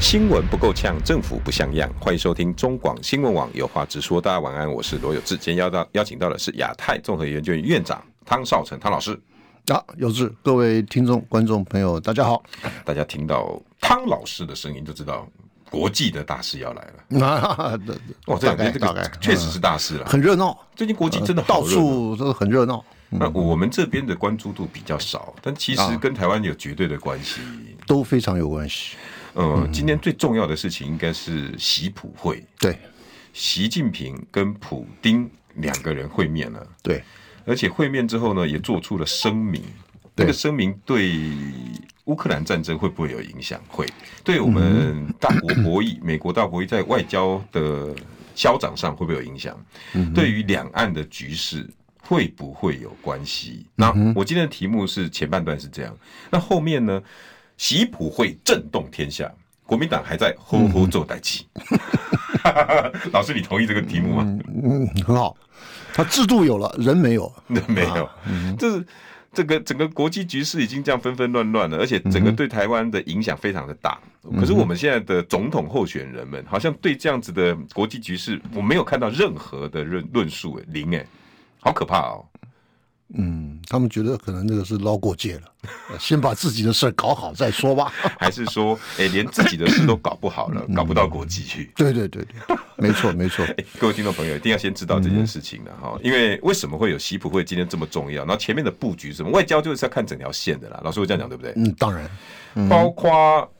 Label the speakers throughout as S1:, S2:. S1: 新闻不够呛，政府不像样。欢迎收听中广新闻网，有话直说。大家晚安，我是罗有志。今天邀到邀请到的是亚太综合研究院院长汤少成汤老师。
S2: 啊，有志，各位听众、观众朋友，大家好。
S1: 大家听到汤老师的声音就知道国际的大事要来了。
S2: 啊，
S1: 哇，哦这
S2: 大
S1: 两
S2: 概
S1: 天这
S2: 大概嗯
S1: 个确实是大事了。
S2: 很热闹，
S1: 最近国际真的好
S2: 到
S1: 热闹。
S2: 处都很热闹。
S1: 那我们这边的关注度比较少，但其
S2: 啊
S1: 实跟台湾有绝对的关系。
S2: 都非常有关系。嗯
S1: 呃，今天最重要的事情应该是习普会，
S2: 对
S1: 习近平跟普丁两个人会面了。
S2: 对，
S1: 而且会面之后呢，也做出了声明。这
S2: 对
S1: 个声明对乌克兰战争会不会有影响？会，对我们
S2: 嗯
S1: 大国博弈，美国大国博弈在外交的消长上会不会有影响？
S2: 嗯
S1: 对于两岸的局势会不会有关系？
S2: 嗯
S1: 那我今天的题目是前半段是这样，那后面呢？习普会震动天下，国民党还在吼吼
S2: 嗯
S1: 做代气。 老师，你同意这个题目吗？
S2: 嗯，很好。他制度有了，人没有。
S1: 那没有，就是这个整个国际局势已经这样纷纷乱乱了，而且整个对台湾的影响非常的大。可是我们现在的总统候选人们，好像对这样子的国际局势，我没有看到任何的论论述、哎，零哎、好可怕哦！
S2: 嗯，他们觉得可能这个是捞过界了，呃先把自己的事儿搞好再说吧。
S1: 还是说，哎、连自己的事都搞不好了，搞不到国际去。
S2: 对对对对，没错没错。
S1: 哎各位听众朋友，一定要先知道这件事情了哈，因为为什么会有习普会今天这么重要？然后前面的布局是什么外交就是要看整条线的啦。老师，我这样讲对不对？
S2: 嗯，当然，
S1: 包括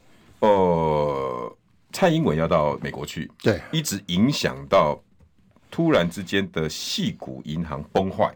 S1: 呃，蔡英文要到美国去，
S2: 对
S1: 一直影响到突然之间的系股银行崩坏，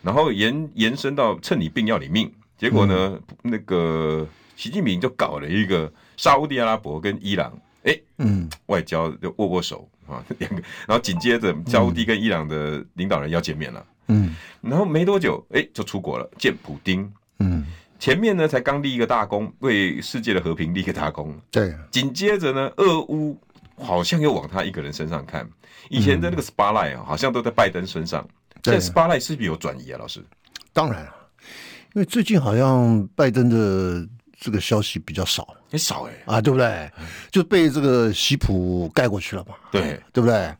S1: 然后延延伸到趁你病要你命，结果呢，那个习近平就搞了一个沙烏地阿拉伯跟伊朗，哎、
S2: 嗯，
S1: 外交就握握手啊， 两个，然后紧接着沙烏地跟伊朗的领导人要见面了，
S2: 嗯
S1: 然后没多久，哎、就出国了，见普丁。
S2: 嗯，
S1: 前面呢才刚立一个大功，为世界的和平立一个大功。
S2: 对，
S1: 紧接着呢，俄乌好像又往他一个人身上看。以前的那个 spotlight 啊，好像都在拜登身上。现
S2: 嗯对
S1: 在 spotlight 是不是有转移啊？老师，
S2: 当然了，因为最近好像拜登的这个消息比较少。
S1: 很少哎、
S2: 啊，对不对？就被这个习普盖过去了嘛，
S1: 对
S2: 对不对？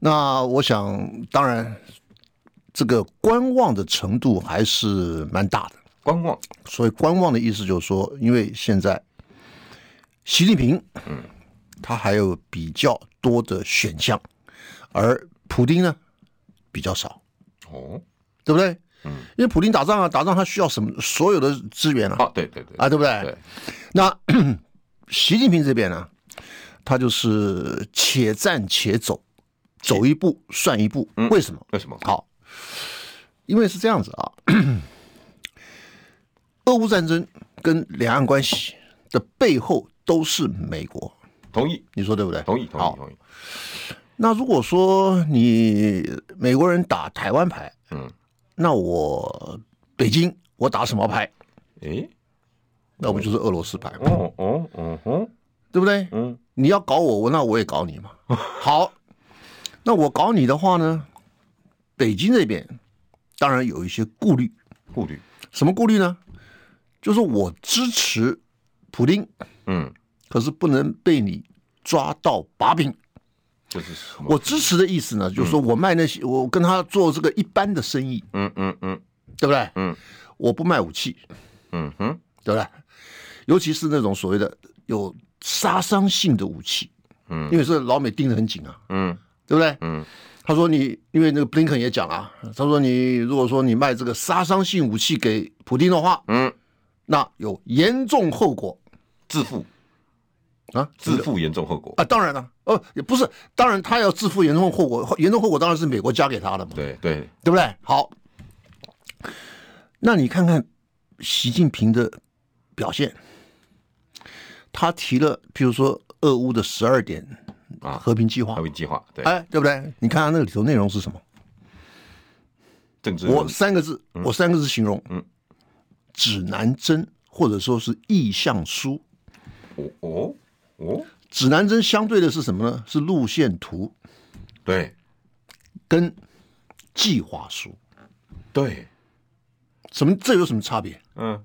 S2: 那我想，当然，这个观望的程度还是蛮大的。
S1: 观望
S2: 所以观望的意思就是说，因为现在习近平，嗯，他还有比较多的选项，而普丁呢比较少，
S1: 哦，
S2: 对不对？嗯，因为普丁打仗啊，打仗他需要什么所有的资源啊，
S1: 啊，对对对，
S2: 啊，对不对？
S1: 对
S2: 那 习近平这边呢，他就是且战且走，走一步算一步。
S1: 嗯
S2: 为什么？
S1: 为什么？
S2: 好，因为是这样子啊，俄乌战争跟两岸关系的背后都是美国，
S1: 同意，
S2: 你说对不对？
S1: 同意，同意，
S2: 好，
S1: 同意。
S2: 那如果说你美国人打台湾牌，
S1: 嗯，
S2: 那我北京我打什么牌？
S1: 诶，
S2: 那不就是俄罗斯牌吗？
S1: 哦哦哦哦，
S2: 对不对？
S1: 嗯，
S2: 你要搞我，我那我也搞你嘛。 好，那我搞你的话呢，北京这边当然有一些顾虑，
S1: 顾虑，
S2: 什么顾虑呢？就是我支持普丁，
S1: 嗯，
S2: 可是不能被你抓到把柄。
S1: 就是什么？
S2: 我支持的意思呢，就是说我卖那些，我跟他做这个一般的生意，
S1: 嗯嗯嗯
S2: 对不对？
S1: 嗯，
S2: 我不卖武器，
S1: 嗯哼，
S2: 对不对？尤其是那种所谓的有杀伤性的武器，
S1: 嗯，
S2: 因为是老美盯得很紧啊，
S1: 嗯
S2: 对不对？
S1: 嗯，
S2: 他说你，因为那个布林肯也讲了啊，他说你如果说你卖这个杀伤性武器给普丁的话，
S1: 嗯，
S2: 那有严重后果
S1: 自负，
S2: 啊，
S1: 自负严重后果。
S2: 啊，当然了，哦，也不是，当然他要自负严重后果，严重后果当然是美国加给他的嘛，
S1: 对对，
S2: 对不对？好，那你看看习近平的表现，他提了，譬如说俄乌的十二点
S1: 啊
S2: 和平计划啊
S1: 和，平计划，对，
S2: 哎，对不对？你看他那个里头内容是什么？
S1: 政治
S2: 我三个字，
S1: 嗯
S2: 我三个字形容，指南针或者说是意向书。
S1: 哦哦哦，
S2: 指南针相对的是什么呢？是路线图
S1: 对
S2: 跟计划书。
S1: 对，
S2: 什么？这有什么差别？
S1: 嗯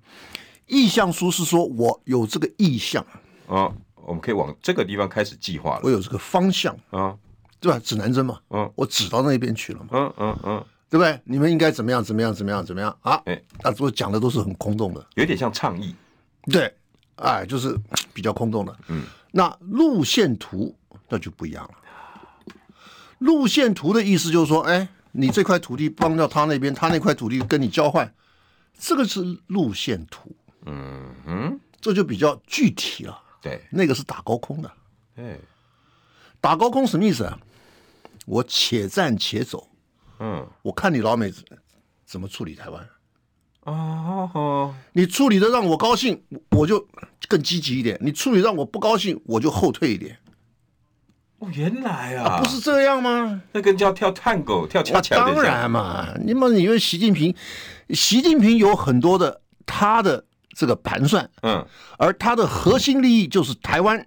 S2: 意向书是说我有这个意向，
S1: 啊，我们可以往这个地方开始计划了
S2: 我有这个方向，
S1: 啊，
S2: 对吧？指南针嘛，
S1: 嗯
S2: 我指到那边去了嘛，
S1: 嗯嗯嗯，
S2: 对不对？你们应该怎么样？怎么样？怎么样？怎么样啊
S1: 哎？
S2: 那我讲的都是很空洞的，
S1: 有点像倡议，
S2: 对，哎，就是比较空洞的。嗯，那路线图那就不一样了。路线图的意思就是说，哎，你这块土地帮到他那边，他那块土地跟你交换，这个是路线图，
S1: 嗯哼，
S2: 这就比较具体了。
S1: 对，
S2: 那个是打高空的，
S1: 哎，
S2: 打高空什么意思啊？我且战且走，
S1: 嗯
S2: 我看你老美怎么处理台湾。
S1: 啊哦，
S2: 你处理的让我高兴，我就更积极一点；你处理让我不高兴，我就后退一点。
S1: 哦原来啊，
S2: 啊，不是这样吗？
S1: 那跟叫跳探戈、跳恰恰
S2: 哦当
S1: 的一样，
S2: 然嘛，你们因为习近平，习近平有很多的他的这个盘算，
S1: 嗯
S2: 而他的核心利益就是台湾，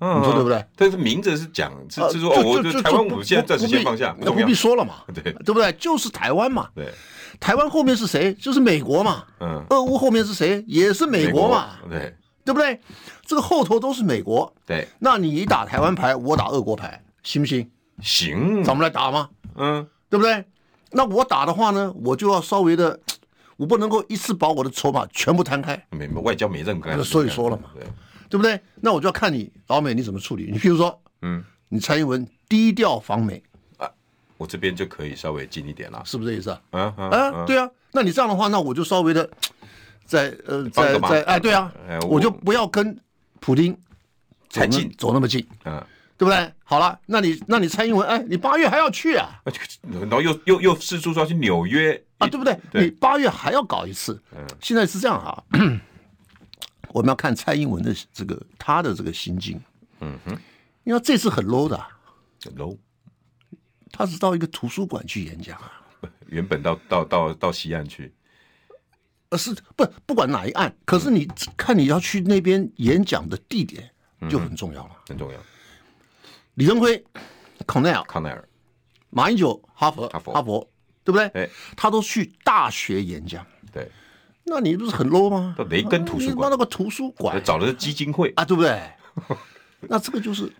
S1: 嗯，
S2: 你说对不对？
S1: 但是名字是讲，是
S2: 呃
S1: 是说，哦，我
S2: 就
S1: 就
S2: 就
S1: 台湾，
S2: 就
S1: 我们现在暂时
S2: 不不
S1: 先放下，
S2: 必
S1: 不
S2: 那
S1: 重
S2: 不
S1: 要
S2: 必。说了嘛，
S1: 对
S2: 对不对？就是台湾嘛，
S1: 对，
S2: 台湾后面是谁？就是美国嘛。
S1: 嗯，
S2: 俄乌后面是谁？也是美国嘛，
S1: 对
S2: 对不对？这个后头都是美国。
S1: 对，
S2: 那你打台湾牌，我打俄国牌，行不行？
S1: 行，
S2: 咱们来打嘛，
S1: 嗯
S2: 对不对？那我打的话呢，我就要稍微的，我不能够一次把我的筹码全部摊开，
S1: 没没外交没任干，
S2: 那所以说了嘛
S1: 对，
S2: 对不对？那我就要看你老美你怎么处理。你譬如说，
S1: 嗯，
S2: 你蔡英文低调访美，
S1: 我这边就可以稍微近一点啦，
S2: 是不是这意思啊？
S1: 啊啊
S2: 啊，，对啊，那你这样的话，那我就稍微的，在呃，
S1: 帮
S2: 在
S1: 个忙
S2: 在哎，对啊
S1: 哎，我
S2: 我就不要跟普京走
S1: 太
S2: 那
S1: 近
S2: 走那么近，
S1: 啊，
S2: 对不对？好了，那你那你蔡英文，哎，你八月还要去啊？
S1: 那就然后又又又四处说要去纽约
S2: 啊，对不对？
S1: 对嗯
S2: 你八月还要搞一次。现在是这样啊， 我们要看蔡英文的这个他的这个心境。
S1: 嗯
S2: 哼，因为他这次很 low 的啊，
S1: 楼，
S2: 他是到一个图书馆去演讲啊，
S1: 原本到到到到西岸去，
S2: 呃，是不不管哪一案，可是你
S1: 嗯
S2: 看你要去那边演讲的地点就很重要了。
S1: 很重要。
S2: 李登辉、康奈尔、
S1: 康奈尔，
S2: 马英九、哈佛、
S1: 哈佛
S2: 哈佛，对不对
S1: 哎？
S2: 他都去大学演讲，
S1: 对，
S2: 那你不是很 low 吗
S1: 到？雷根图书
S2: 你
S1: 馆
S2: 到那个图书馆，
S1: 找的是基金会，
S2: 啊，对不对？那这个就是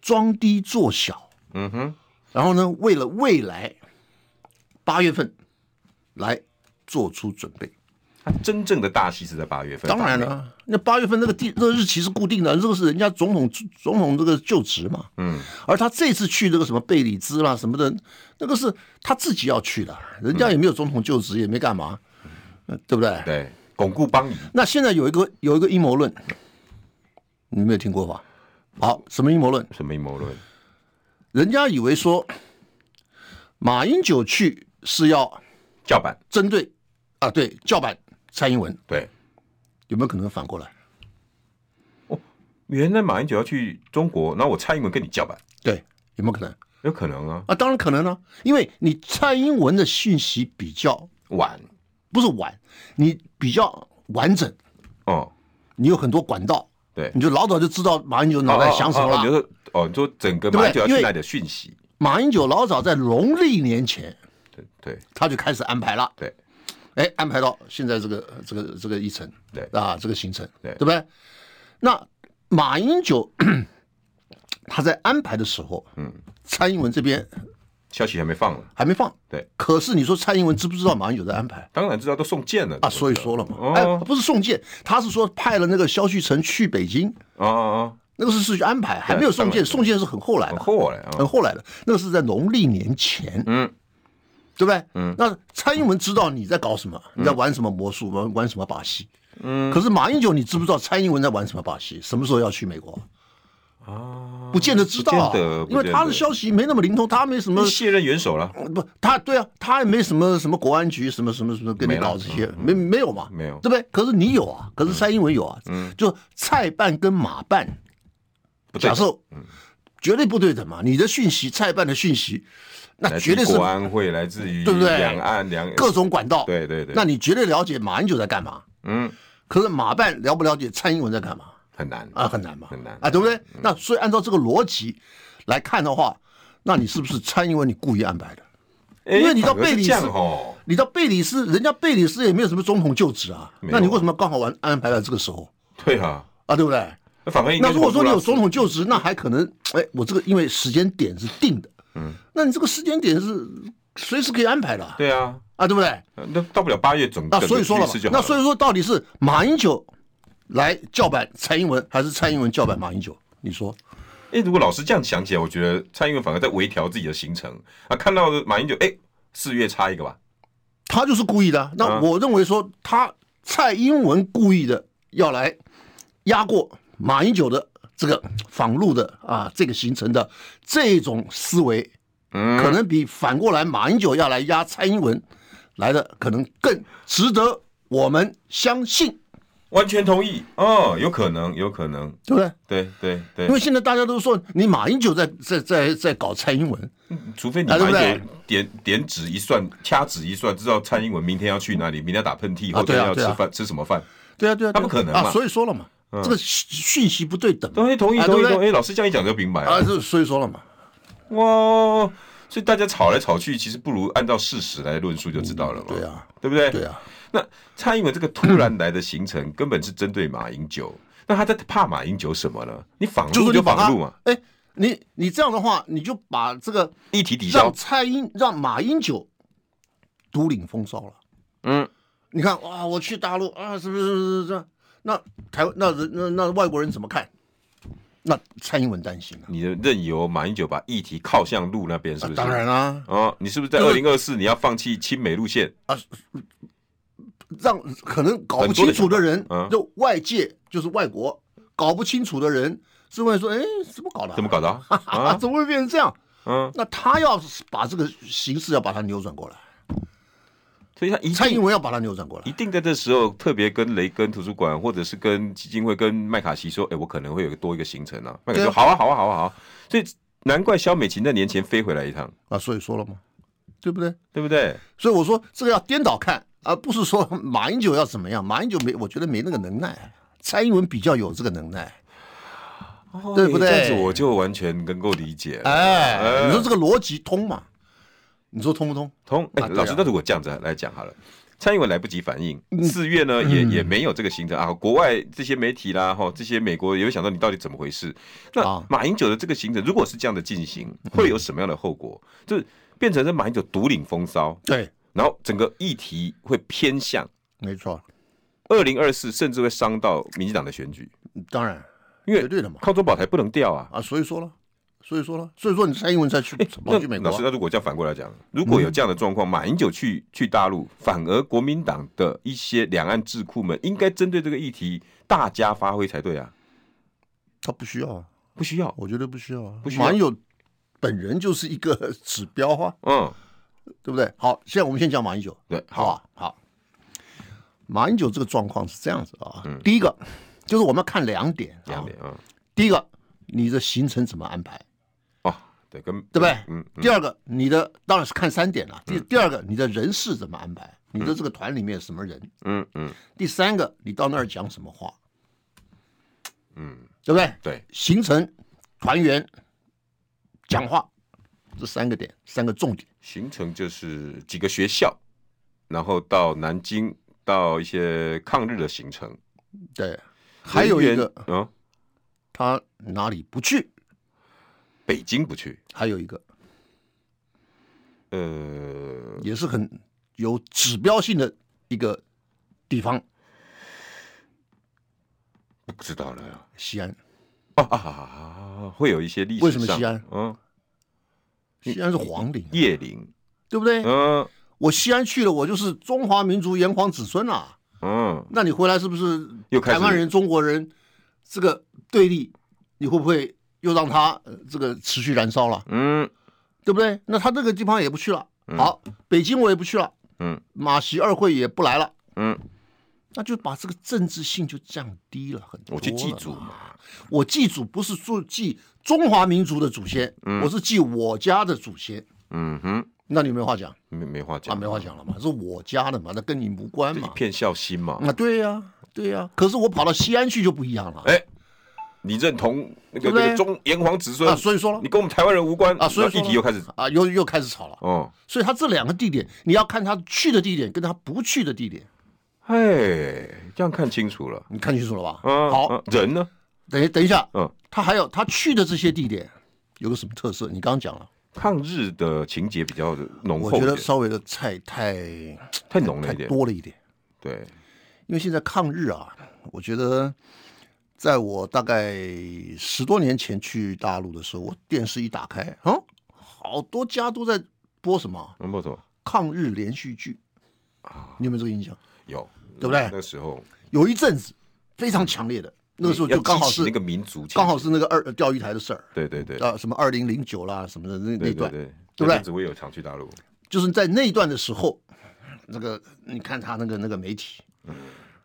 S2: 装低做小，
S1: 嗯哼，
S2: 然后呢，为了未来八月份来做出准备。
S1: 他真正的大戏是在八月份，
S2: 当然，了，那八月份那个地那个日期是固定的，这个是人家总统总统这个就职嘛。嗯，而他这次去那个什么贝里兹啦什么的，那个是他自己要去的，人家也没有总统就职，也没干嘛，呃对不对？
S1: 对，巩固邦谊，
S2: 那现在有一个有一个阴谋论，你没有听过吧？好，什么阴谋论？
S1: 什么阴谋论？
S2: 人家以为说马英九去是要
S1: 叫板，
S2: 针对啊，对叫板蔡英文，
S1: 对，
S2: 有没有可能反过来？
S1: 原来马英九要去中国，然后我蔡英文跟你叫板，
S2: 对，有没有可能
S1: 有可能啊，
S2: 啊？当然可能啊，因为你蔡英文的讯息比较
S1: 晚
S2: 不是晚，你比较完整，
S1: 哦，
S2: 你有很多管道，
S1: 对
S2: 你就老早就知道马英九脑袋想什么
S1: 哦哦哦你
S2: 了。
S1: 说哦，你说整个
S2: 对不对
S1: 马英九要
S2: 因
S1: 去
S2: 为
S1: 那里的讯息，
S2: 马英九老早在农历年前
S1: 对对
S2: 他就开始安排了。
S1: 对，
S2: 哎，安排到现在这个这个这个议程，
S1: 对
S2: 啊，这个行程，
S1: 对
S2: 对不对？那马英九 他在安排的时候，嗯，蔡英文这边
S1: 消息还没放呢，
S2: 还没放，
S1: 对。
S2: 可是你说蔡英文知不知道马英九在安排
S1: 当然知道都送件了
S2: 啊？所以说了嘛，
S1: 哦
S2: 哎，不是送件，他是说派了那个萧旭成去北京，
S1: 哦哦，
S2: 那个是是去安排，还没有送
S1: 当然
S2: 件，送件是很后来
S1: 很
S2: 的，
S1: 后来啊，
S2: 很后来的，那个是在农历年前，
S1: 嗯，
S2: 对不对？嗯，那蔡英文知道你在搞什么，
S1: 嗯
S2: 你在玩什么魔术，玩玩什么把戏，嗯，可是马英九你知不知道蔡英文在玩什么把戏？什么时候要去美国？
S1: 啊，
S2: 不见得知道、啊
S1: 不见得，不
S2: 因
S1: 见得
S2: 为他的消息没那么灵通，他没什么
S1: 卸任元首了，
S2: 不，他对啊，他也没什么什么国安局什么什么什么跟你
S1: 没了
S2: 搞这些，没没有嘛，
S1: 没有嗯
S2: 对不对？可是你有啊，可是蔡英文有啊，嗯，就蔡办跟马办，
S1: 不对
S2: 假设绝对不对等嘛。你的讯息，蔡办的讯息，那
S1: 来
S2: 绝
S1: 自
S2: 对是
S1: 国安会，来自于
S2: 对不对
S1: 两岸两
S2: 各种管道。
S1: 对对对
S2: 那你绝对了解马英九在干嘛。
S1: 嗯，
S2: 可是马办了不了解蔡英文在干嘛
S1: 很难
S2: 啊？很难嘛，
S1: 很难嗯
S2: 啊，对不对？那所以按照这个逻辑来看的话，那你是不是蔡英文你故意安排的？
S1: 哎
S2: 因为你到
S1: 反而是
S2: 贝里斯
S1: 这样哦，
S2: 你到贝里斯，人家贝里斯也没有什么总统就职啊，
S1: 没有啊
S2: 那你为什么刚好完安排在这个时候
S1: 对啊，
S2: 啊？对不对？
S1: 那反而应该
S2: 那如果说你有总
S1: 是
S2: 统就职，那还可能，哎，我这个因为时间点是定的，嗯，那你这个时间点是随时可以安排的啊，
S1: 对啊，
S2: 啊对不对？
S1: 呃那到不了八月总
S2: 那所以说了嘛，那所
S1: 以
S2: 以说到底是马英九来叫板蔡英文，还是蔡英文叫板马英九？你说
S1: 哎，如果老师这样想起来，我觉得蔡英文反而在微调自己的行程啊，看到马英九哎四月差一个吧，
S2: 他就是故意的啊、那我认为说他蔡英文故意的要来压过马英九的这个访陆的啊这个行程的这种思维，可能比反过来马英九要来压蔡英文来的可能更值得我们相信，
S1: 完全同意哦，有可能，有可能，
S2: 对不对？
S1: 对对对
S2: 因，为现在大家都说你马英九在在在在搞蔡英文，
S1: 除非你
S2: 啊
S1: 马
S2: 对不
S1: 英
S2: 对
S1: 九点点指一算，掐指一算，知道蔡英文明天要去哪里，明天要打喷嚏，
S2: 啊
S1: 后天
S2: 对啊
S1: 要
S2: 对
S1: 吃
S2: 啊
S1: 饭、吃什么饭，
S2: 对啊，对啊，
S1: 那
S2: 对啊
S1: 不可能嘛
S2: 啊！所以说了嘛，这个讯息不对等嘛，
S1: 对，同意
S2: 啊
S1: 同意
S2: 对不
S1: 同
S2: 对
S1: 意，哎，老师这样一讲就明白了
S2: 啊，，这所以说了嘛，
S1: 哇，所以大家吵来吵去，其实不如按照事实来论述就知道了嘛，
S2: 对啊，
S1: 对不对？
S2: 对啊，
S1: 那蔡英文这个突然来的行程，根本是针对马英九。那他在怕马英九什么呢？你访
S2: 就
S1: 陆
S2: 是你
S1: 就
S2: 把
S1: 访
S2: 他
S1: 陆嘛，，
S2: 哎，你你这样的话，你就把这个
S1: 议题抵消
S2: 让。蔡英让马英九独领风骚了。
S1: 嗯，
S2: 你看哇，我去大陆啊，是不是是不是这？那台湾那人那那外国人怎么看？那蔡英文担心啊，
S1: 你的任由马英九把议题靠向陆那边，是不是？
S2: 当然啦、啊，
S1: 哦，你是不是在
S2: 就
S1: 二
S2: 是
S1: 零二四你要放弃亲美路线？
S2: 让可能搞不清楚的人
S1: 很多的想法嗯，
S2: 就外界就是外国搞不清楚的人，是会说，哎，怎么搞的啊、
S1: 怎么搞的 啊？
S2: 啊？
S1: 啊，
S2: 怎么会变成这样？
S1: 嗯，
S2: 那他要是把这个形势要把它扭转过来，
S1: 所以他一
S2: 蔡英
S1: 定
S2: 文要把它扭转过来
S1: 一。定在这时候特别跟雷根图书馆或者是跟基金会跟麦卡锡说，哎、我可能会有个多一个行程啊。麦卡锡说
S2: 对啊
S1: 好啊，好啊，好啊，好啊。所以难怪肖美琴在年前飞回来一趟，
S2: 啊，所以说了嘛，对不对？
S1: 对不对？
S2: 所以我说这个要颠倒看，而不是说马英九要怎么样。马英九没，我觉得没那个能耐，蔡英文比较有这个能耐。
S1: 哦
S2: 对不对
S1: 这样子我就完全能够理解了。
S2: 哎，你说这个逻辑通嘛？你说通不通？
S1: 通，哎、
S2: 啊对啊嗯
S1: 老师，那如果这样子来讲好了。蔡英文来不及反应，四月呢也也没有这个行
S2: 嗯
S1: 程啊。国外这些媒体啦，哈，这些美国也会想到你到底怎么回事。那
S2: 啊
S1: 马英九的这个行程，如果是这样的进行，会有什么样的后
S2: 嗯
S1: 果？就是变成是马英九独领风骚，
S2: 对，
S1: 然后整个议题会偏向
S2: 没错，
S1: 二零二四，甚至会伤到民进党的选举，
S2: 当然
S1: 因为
S2: 绝对的嘛。
S1: 抗中保台不能掉啊。
S2: 啊，所以说了，所以说了，所以说你蔡英文才去
S1: 哎那
S2: 跑去美国
S1: 老
S2: 啊
S1: 师，，那如果这样反过来讲，如果有这样的状况，马英九去去大陆，反而国民党的一些两岸智库们应该针对这个议题大家发挥才对啊，
S2: 他不需要啊，
S1: 不需要，
S2: 我觉得不需要啊。
S1: 不需要
S2: 马英九本人就是一个 指标啊，
S1: 嗯，
S2: 对不对？好，现在我们先讲马英九，
S1: 对，
S2: 好啊，好。马英九这个状况是这样子啊，第一个就是我们要看两点、啊，
S1: 嗯两点，嗯，
S2: 第一个，你的行程怎么安排，
S1: 哦，对，跟
S2: 对不对？
S1: 嗯，嗯
S2: 第二个，你的当然是看三点了。第、第二个，你的人事怎么安排？你的这个团里面有什么人？
S1: 嗯嗯，
S2: 第三个，你到那儿讲什么话？嗯，对不对？
S1: 对，
S2: 行程、团员、讲话，这三个点，三个重点。
S1: 行程就是几个学校，然后到南京，到一些抗日的行程，
S2: 对，还有一
S1: 人
S2: 个
S1: 员，嗯，
S2: 他哪里不去？
S1: 北京不去，
S2: 还有一个
S1: 呃，
S2: 也是很有指标性的一个地方，
S1: 不知道了呀，
S2: 西安。
S1: 啊啊啊啊，会有一些历史
S2: 为什么
S1: 上
S2: 西安？
S1: 嗯，
S2: 西安是皇陵，
S1: 叶林，
S2: 对不对？
S1: 嗯
S2: 我西安去了，我就是中华民族炎黄子孙啦、
S1: 嗯。
S2: 那你回来是不是
S1: 又开始
S2: 台湾人、中国人这个对立，你会不会又让他、呃这个持续燃烧了，
S1: 嗯
S2: 对不对？那他这个地方也不去了，好，北京我也不去了，
S1: 嗯
S2: 马习二会也不来了，
S1: 嗯，
S2: 那就把这个政治性就降低了很多
S1: 我
S2: 了。
S1: 去祭祖嘛，
S2: 我祭祖不是做祭中华民族的祖先，我是祭我家的祖先。
S1: 嗯哼，
S2: 那你有没有话讲
S1: 没没话
S2: 啊？
S1: 讲，
S2: 没话讲了嘛，是我家的嘛，那跟你无关
S1: 一
S2: 嘛。
S1: 片孝心嘛。
S2: 啊，对呀、对呀、可是我跑到西安去就不一样了。
S1: 哎，你认同那个
S2: 对不对
S1: 那个中炎黄子孙
S2: 啊，，所以说了
S1: 呃你跟我们台湾人无关
S2: 啊，所
S1: 然
S2: 以
S1: 后
S2: 说
S1: 议
S2: 了
S1: 题又开始
S2: 啊，又又开始吵了。
S1: 哦，
S2: 所以他这两个地点，你要看他去的地点跟他不去的地点，
S1: 嘿，这样看清楚了。
S2: 你看清楚了吧？
S1: 嗯，
S2: 好，
S1: 嗯人呢？
S2: 等一等一下，
S1: 嗯，
S2: 他还有他去的这些地点有个什么特色？你刚刚讲了，
S1: 抗日的情节比较浓
S2: 我
S1: 厚一
S2: 觉
S1: 点，
S2: 得稍微的太太
S1: 太浓了
S2: 太
S1: 一点。
S2: 多了一点，
S1: 对，
S2: 因为现在抗日啊，我觉得。在我大概十多年前去大陆的时候，我电视一打开，嗯，好多家都在播什么
S1: 能不错，
S2: 抗日连续剧啊，你有没有这个印象？
S1: 有
S2: 对不对
S1: 那时候
S2: 有一阵子非常强烈的，那个时候
S1: 要
S2: 就刚好
S1: 激起
S2: 是
S1: 那个民族情节，
S2: 刚好是那个二钓鱼台的事儿
S1: 对对对，
S2: 啊，什么二零零九啦什么的那那
S1: 对对
S2: 段，
S1: 对，
S2: 对不对
S1: 那阵子我也有常去大陆，
S2: 就是在那一段的时候，那个你看他那个那个媒体，
S1: 嗯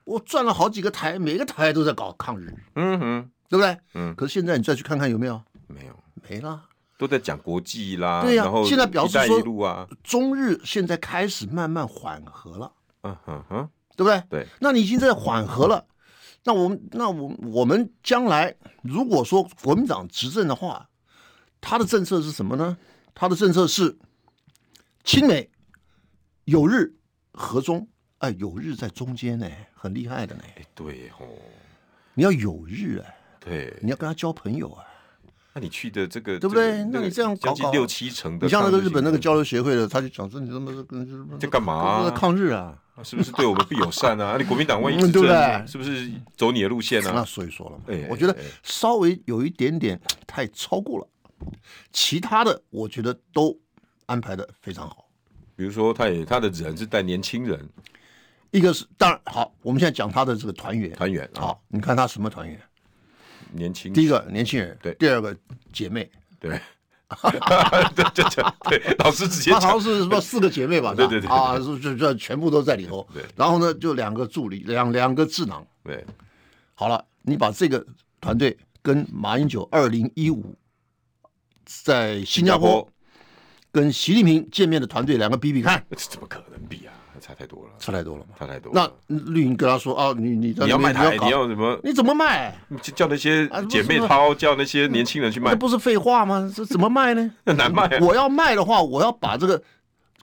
S2: 我转了好几个台，每个台都在搞抗日，
S1: 嗯哼，
S2: 对不对？
S1: 嗯
S2: 可是现在你再去看看有没有，
S1: 没有，
S2: 没啦。
S1: 都在讲国际啦，
S2: 对呀
S1: 然后
S2: 现在表示
S1: 一带
S2: 说
S1: 一路啊，
S2: 中日现在开始慢慢缓和了，
S1: 嗯哼哼，
S2: 对不对？
S1: 对，
S2: 那你已经在缓和了，那我们那我我们将来如果说国民党执政的话，他的政策是什么呢？他的政策是亲美、友日、和中。哎，友日在中间呢，很厉害的呢。
S1: 哎，对吼，
S2: 你要友日哎，
S1: 对，
S2: 你要跟他交朋友哎。
S1: 那你去的这个
S2: 对不对
S1: 这个
S2: 那你
S1: 个
S2: 这样搞
S1: 将近
S2: 搞
S1: 六七成的，
S2: 你像那个日本那个，交流协会的，他就讲说你他妈跟
S1: 这干嘛
S2: 在
S1: 啊？
S2: 抗日啊？
S1: 是不是对我们不友善 啊？你国民党万一
S2: 嗯
S1: 执
S2: 对不
S1: 政
S2: 对
S1: 是不是走你的路线
S2: 那
S1: 啊？
S2: 所以说了嘛
S1: 哎，
S2: 我觉得
S1: 哎哎
S2: 稍微有一点点太超过了，其他的我觉得都安排的非常好。
S1: 比如说，他也他的人是带年轻人
S2: 一个是当然好，我们现在讲他的这个团员，
S1: 团员啊，
S2: 好，你看他什么团员？
S1: 年轻
S2: 第一个年轻人，
S1: 嗯对
S2: 第二个姐妹，
S1: 对， 对对对对，老师直接
S2: 他好
S1: 讲
S2: 像是什么四个姐妹吧？是 吧
S1: 对对对对
S2: 啊，是这这全部都在里头
S1: 对。
S2: 然后呢，就两个助理，两两个智囊。
S1: 对，
S2: 好了，你把这个团队跟马英九二零一五在新加坡跟习近平见面的团队两个比比看，
S1: 这怎么可能比啊？差太多了，
S2: 差太多了嘛？
S1: 差太多
S2: 那
S1: 了。
S2: 绿营跟他说啊，你你在
S1: 你要卖
S2: 那边
S1: 台，
S2: 搞
S1: 你要什么？
S2: 你怎么卖？
S1: 就叫那些
S2: 啊不
S1: 姐
S2: 是
S1: 妹
S2: 不是
S1: 掏，叫那些年轻人去
S2: 那
S1: 卖，
S2: 不是废话吗？这怎么卖呢？
S1: 那 难卖啊。
S2: 我要卖的话，我要把这个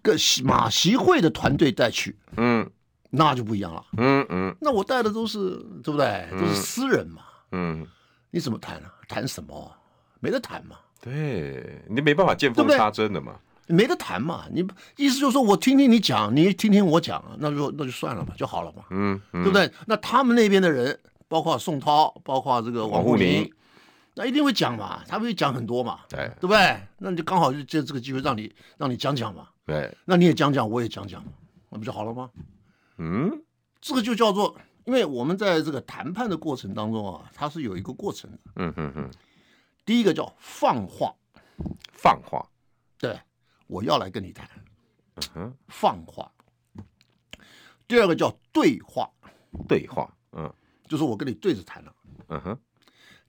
S2: 个习马习会的团队带去，
S1: 嗯
S2: 那就不一样了。
S1: 嗯嗯
S2: 那我带的都是对不对？都是私人嘛，
S1: 嗯，
S2: 你怎么谈啊？谈什么啊？没得谈嘛。
S1: 对，你没办法见
S2: 对
S1: 缝
S2: 不对
S1: 插针的嘛。
S2: 没得谈嘛，你意思就是说我听听你讲，你听听我讲，那就那就算了嘛，就好了嘛，
S1: 嗯嗯，
S2: 对不对？那他们那边的人，包括宋涛，包括这个王沪
S1: 王沪
S2: 宁
S1: 宁，
S2: 那一定会讲嘛，他们会讲很多嘛，
S1: 对
S2: 对不对？那你就刚好就借这个机会让你让你讲讲嘛，
S1: 对，
S2: 那你也讲讲，我也讲讲，那不就好了吗？
S1: 嗯，
S2: 这个就叫做，因为我们在这个谈判的过程当中啊，它是有一个过程的，
S1: 嗯哼哼，
S2: 第一个叫放话，
S1: 放话，
S2: 对，我要来跟你谈，
S1: 嗯哼，
S2: 放话。第二个叫对话，
S1: 对话，嗯
S2: 就是我跟你对着谈了。
S1: 嗯哼，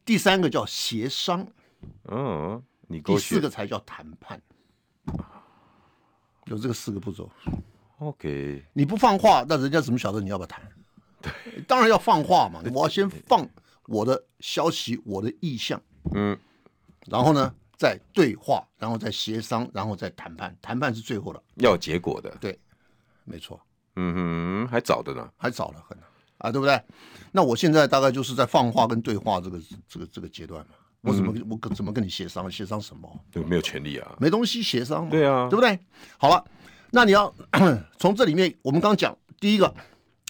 S2: 第三个叫协商，
S1: 嗯，你
S2: 第
S1: 勾
S2: 四
S1: 选
S2: 个才叫谈判。有这个四个步骤，
S1: ，OK，
S2: 你不放话，那人家怎么晓得你要不要谈？对，当然要放话 嘛，我要先放我的消息，我的意向，
S1: 嗯，
S2: 然后呢再对话，然后再协商，然后再谈判，谈判是最后的，
S1: 要有结果的，
S2: 对，没错，
S1: 嗯哼，还早的呢，
S2: 还早了很啊，对不对？那我现在大概就是在放话跟对话这个这个这个阶段嘛，我怎么、我跟怎么跟你协商？协商什么？
S1: 有没有权利啊？
S2: 没东西协商嘛，
S1: 对啊
S2: 对不对？好了，那你要 从这里面，我们刚讲第一个，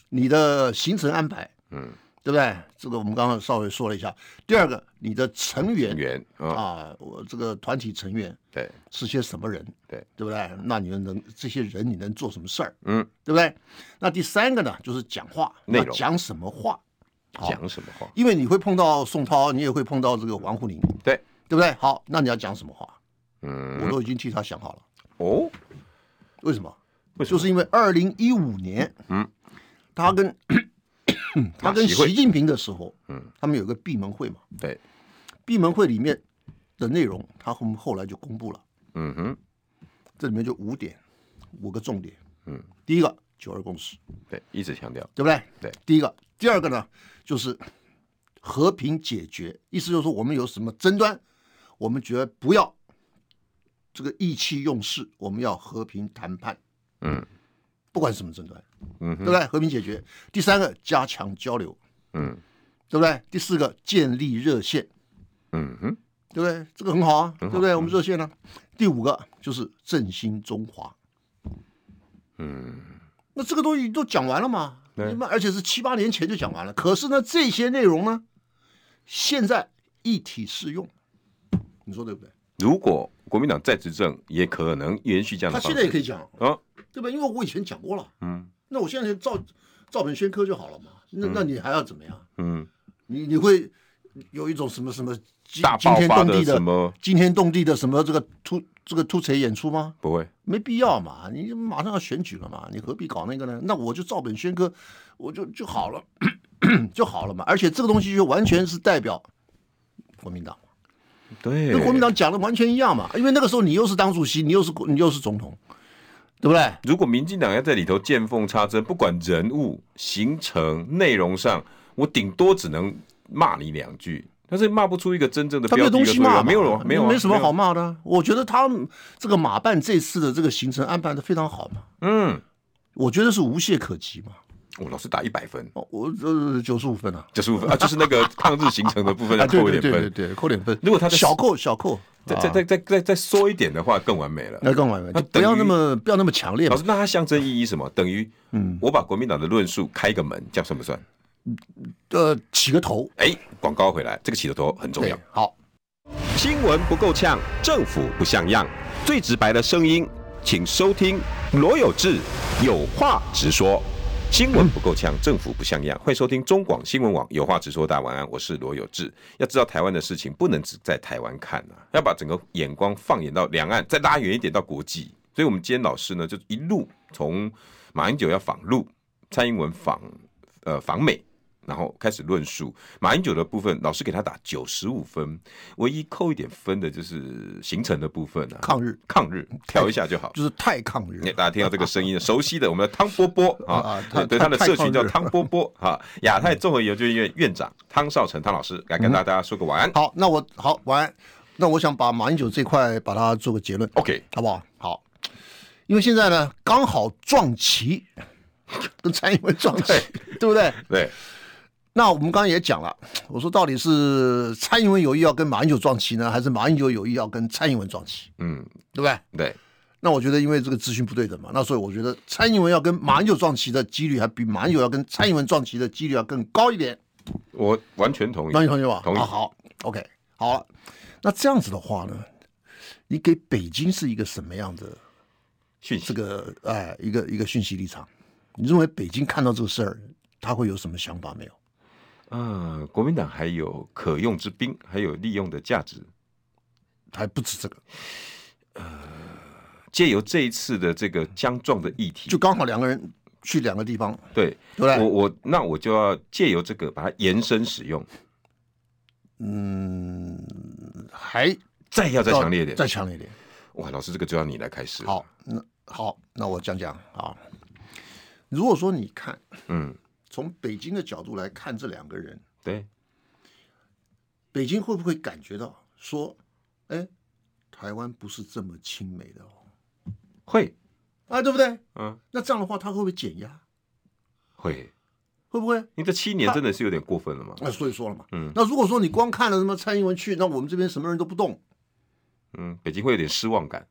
S2: 你的行程安排，
S1: 嗯，
S2: 对不对？这个我们刚刚稍微说了一下。第二个，你的成员
S1: 员啊，
S2: 啊，我这个团体成员
S1: 对，
S2: 是些什么人，
S1: 对
S2: 对不对？那你们能这些人你能做什么事儿，
S1: 嗯，
S2: 对不对？那第三个呢，就是讲话，
S1: 内
S2: 那
S1: 容
S2: 讲什么话？好
S1: 讲什么话？
S2: 因为你会碰到宋涛，你也会碰到这个王沪宁，
S1: 对，
S2: 对不对？好，那你要讲什么话？我
S1: 嗯，
S2: 都已经替他想好了。
S1: 哦，
S2: 为什么？
S1: 为什么
S2: 就是因为二零一五年，
S1: 嗯，
S2: 他跟嗯，他跟
S1: 习会
S2: 习近平的时候，嗯，他们有个闭门会嘛，
S1: 对，
S2: 闭门会里面的内容，他后后来就公布了，
S1: 嗯哼，
S2: 这里面就五点，五个重点，嗯，第一个九二共识，
S1: 对，一直强调，
S2: 对不对？
S1: 对，
S2: 第一个，第二个呢，就是和平解决，意思就是说我们有什么争端，我们觉得不要这个意气用事，我们要和平谈判，
S1: 嗯，
S2: 不管什么争端，
S1: 嗯
S2: 对不对？和平解决。第三个，加强交流，
S1: 嗯
S2: 对不对？第四个，建立热线，
S1: 嗯哼，
S2: 对不对？这个很好啊，对不
S1: 嗯
S2: 对？我们热线呢、第五个就是振兴中华。嗯，那这个东西都讲完了嘛？
S1: 对
S2: 你们而且是七八年前就讲完了。可是呢，这些内容呢，现在一体适用，你说对不对？
S1: 如果国民党再执政，也可能延续这样
S2: 他
S1: 的方
S2: 现
S1: 式。
S2: 在也可以讲，
S1: 啊，
S2: 对吧？因为我以前讲过了，
S1: 嗯
S2: 那我现在就照照本宣科就好了嘛。那那你还要怎么样？
S1: 嗯，
S2: 你你会有一种什么什么惊
S1: 大
S2: 惊
S1: 爆
S2: 天
S1: 发
S2: 动地
S1: 什
S2: 的
S1: 么
S2: 惊天动地的什么这个突这个突锤演出吗？
S1: 不会？
S2: 没必要嘛，你马上要选举了嘛，你何必搞那个呢？那我就照本宣科，我就就好了， 就好了嘛。而且这个东西就完全是代表国民党，
S1: 对，
S2: 跟国民党讲的完全一样嘛。因为那个时候你又是党主席，你又是国你又是总统，对不对？
S1: 如果民进党要在里头见缝插针，不管人物、行程、内容上，我顶多只能骂你两句，但是骂不出一个真正的
S2: 他没
S1: 标
S2: 有
S1: 的
S2: 东
S1: 一个
S2: 西
S1: 作用
S2: 骂嘛，
S1: 啊，没有啊没有啊，
S2: 没什么好
S1: 有。
S2: 骂的啊。我觉得他们这个马办这次的这个行程安排的非常好嘛，
S1: 嗯，
S2: 我觉得是无懈可击嘛。
S1: 我老是打一百分，
S2: 哦，我这九十五分啊，
S1: 九十五分啊，就是那个抗日行程的部分要
S2: 啊，对
S1: 扣一
S2: 对
S1: 点
S2: 对对
S1: 分，
S2: 对，扣点分。
S1: 如果他的
S2: 小扣小扣，
S1: 再
S2: 哎
S1: 再再再再再缩一点的话更完美了。
S2: 那更完美，
S1: 那
S2: 就不要
S1: 等于
S2: 那么不要那么强烈
S1: 老
S2: 嘛。
S1: 师，那它象征意义什么？等于我把国民党的论述开个门，这样算不算？
S2: 呃，起个头，
S1: 哎，广告回来，这个起头头很重要
S2: 对。，好。
S1: 新闻不够呛，政府不像样，最直白的声音，请收听罗有志有话直说。新闻不够呛，政府不像样，欢迎收听中广新闻网有话直说。大家晚安，我是罗有志。要知道台湾的事情不能只在台湾看啊，要把整个眼光放眼到两岸，再拉远一点到国际。所以，我们今天老师呢，就一路从马英九要访陆，蔡英文访呃访美，然后开始论述马英九的部分，老师给他打九十五分，唯一扣一点分的就是行程的部分啊，
S2: 抗日
S1: 抗日调一下就好。
S2: 就是太抗日
S1: 你
S2: 了，
S1: 大家听到这个声 音，熟悉的我们的汤波波啊
S2: 啊，他
S1: 对，他的社群叫
S2: 太
S1: 汤波波啊，亚太综合研究院院长汤少成汤老师来跟大家说个晚安。
S2: 好，那我好晚安。那我想把马英九这块把它做个结论，
S1: OK，
S2: 好不好？好，因为现在呢刚好撞齐， 跟蔡英文撞齐，对不对？
S1: 对，
S2: 那我们刚刚也讲了，我说到底是蔡英文有意要跟马英九撞齐呢，还是马英九有意要跟蔡英文撞齐，
S1: 嗯，
S2: 对不对？
S1: 对，
S2: 那我觉得因为这个资讯不对等嘛，那所以我觉得蔡英文要跟马英九撞齐的几率还比马英九要跟蔡英文撞齐的几率要更高一点。
S1: 我完全同意
S2: 马。英同学吧？
S1: 嗯同意
S2: 啊、好，OK，好了。那这样子的话呢，你给北京是一个什么样的
S1: 讯
S2: 这
S1: 息
S2: 个哎、一个一个讯息立场？你认为北京看到这个事儿，他会有什么想法没有？
S1: 啊，国民党还有可用之兵，还有利用的价值。
S2: 还不止这个，
S1: 借由这一次的这个相撞的议题，
S2: 就刚好两个人去两个地方，
S1: 对
S2: 对不对？
S1: 我我那我就要借由这个把它延伸使用，
S2: 嗯还
S1: 再要再强烈一点。
S2: 哦再强烈一点。
S1: 哇，老师这个就要你来开始。
S2: 好，，那好，那我讲讲啊。如果说你看
S1: 嗯，
S2: 从北京的角度来看这两个人，
S1: 对，
S2: 北京会不会感觉到说，哎，台湾不是这么亲美的哦，
S1: 会，
S2: 啊，对不对？
S1: 嗯，
S2: 那这样的话，他会不会减压？
S1: 会。
S2: 会不会？
S1: 你这七年真的是有点过分了嘛？
S2: 那所以说了嘛，
S1: 嗯，
S2: 那如果说你光看了什么蔡英文去，那我们这边什么人都不动，
S1: 嗯，北京会有点失望感。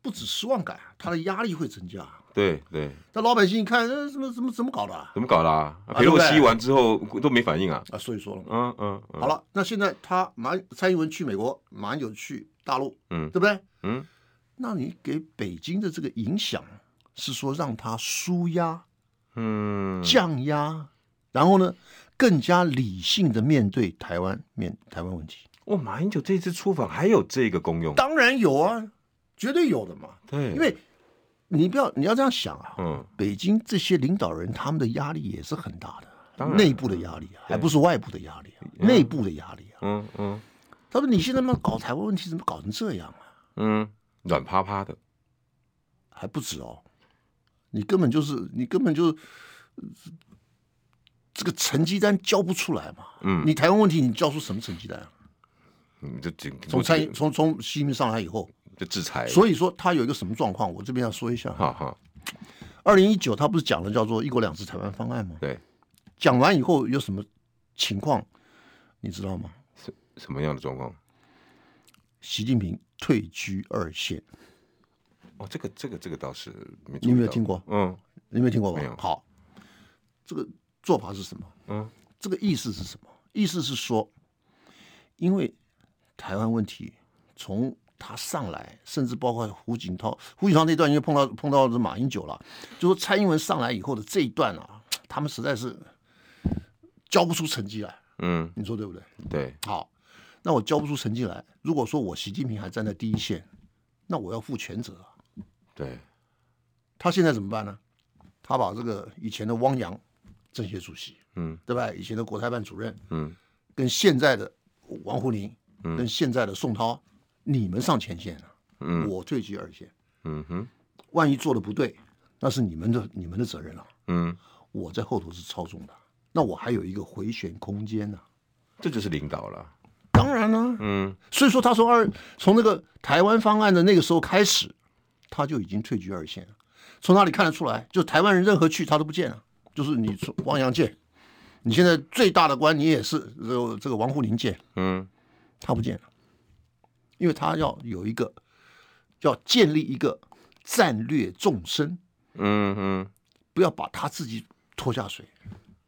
S2: 不止失望感，啊他的压力会增加。啊
S1: 对对，
S2: 那老百姓一看，呃，怎么怎么怎么搞的啊？
S1: 怎么搞啦、
S2: 啊
S1: 裴洛西
S2: 对不对
S1: 完之后都没反应啊？
S2: 啊，所以说了嘛，
S1: 嗯嗯嗯，
S2: 好，了，那现在他马蔡英文去美国，马英九去大陆，
S1: 嗯
S2: 对不对？
S1: 嗯，
S2: 那你给北京的这个影响是说让他舒压，
S1: 嗯，
S2: 降压，然后呢，更加理性的面对台湾面台湾问题。
S1: 哇，马英九这次出访还有这个功用，
S2: 当然有啊，绝对有的嘛。
S1: 对，
S2: 因为你不要你要这样想啊，
S1: 嗯
S2: 北京这些领导人他们的压力也是很大的，
S1: 当然
S2: 内部的压力啊，还不是外部的压力啊，内部的压力啊。
S1: 嗯嗯
S2: 他说你现在嘛搞台湾问题怎么搞成这样啊？
S1: 嗯，软趴趴的，
S2: 还不止哦，你根本就是你根本就呃这个成绩单交不出来嘛。嗯，你台湾问题你交出什么成绩单啊？
S1: 嗯，就整
S2: 从蔡英从从习近平上来以后，
S1: 就制裁，
S2: 所以说他有一个什么状况，我这边要说一下。
S1: 哈哈，
S2: 二零一九他不是讲了叫做“一国两制”台湾方案吗？
S1: 对，
S2: 讲完以后有什么情况，你知道吗？
S1: 什么样的状况？
S2: 习近平退居二线，
S1: 哦，这个这个这个倒是没，
S2: 你有没有听过？
S1: 嗯
S2: 你有没有听过
S1: 没
S2: 吧
S1: 有？
S2: 好，这个做法是什么？
S1: 嗯，
S2: 这个意思是什么？意思是说，因为台湾问题从他上来，甚至包括胡锦涛，胡锦涛那段因为碰到碰到这马英九了，就说蔡英文上来以后的这一段啊，他们实在是交不出成绩来，
S1: 嗯，
S2: 你说对不对？
S1: 对，
S2: 好，那我交不出成绩来，如果说我习近平还站在第一线，那我要负全责啊。
S1: 对，
S2: 他现在怎么办呢？他把这个以前的汪洋政协主席，
S1: 嗯，
S2: 对吧？以前的国台办主任，
S1: 嗯，
S2: 跟现在的王沪宁，嗯，跟现在的宋涛，你们上前线啊，嗯，我退居二线，
S1: 嗯哼，
S2: 万一做的不对，那是你们的你们的责任了、
S1: 嗯，
S2: 我在后头是操纵的，那我还有一个回旋空间啊呢、
S1: 这就是领导了，
S2: 当然了、
S1: 嗯
S2: 所以说他从二从那个台湾方案的那个时候开始，他就已经退居二线了。从哪里看得出来？就台湾人任何去他都不见了，就是你从汪洋见，你现在最大的官你也是呃这个王沪宁见，
S1: 嗯
S2: 他不见了，因为他要有一个要建立一个战略纵深，
S1: 嗯嗯，
S2: 不要把他自己拖下水，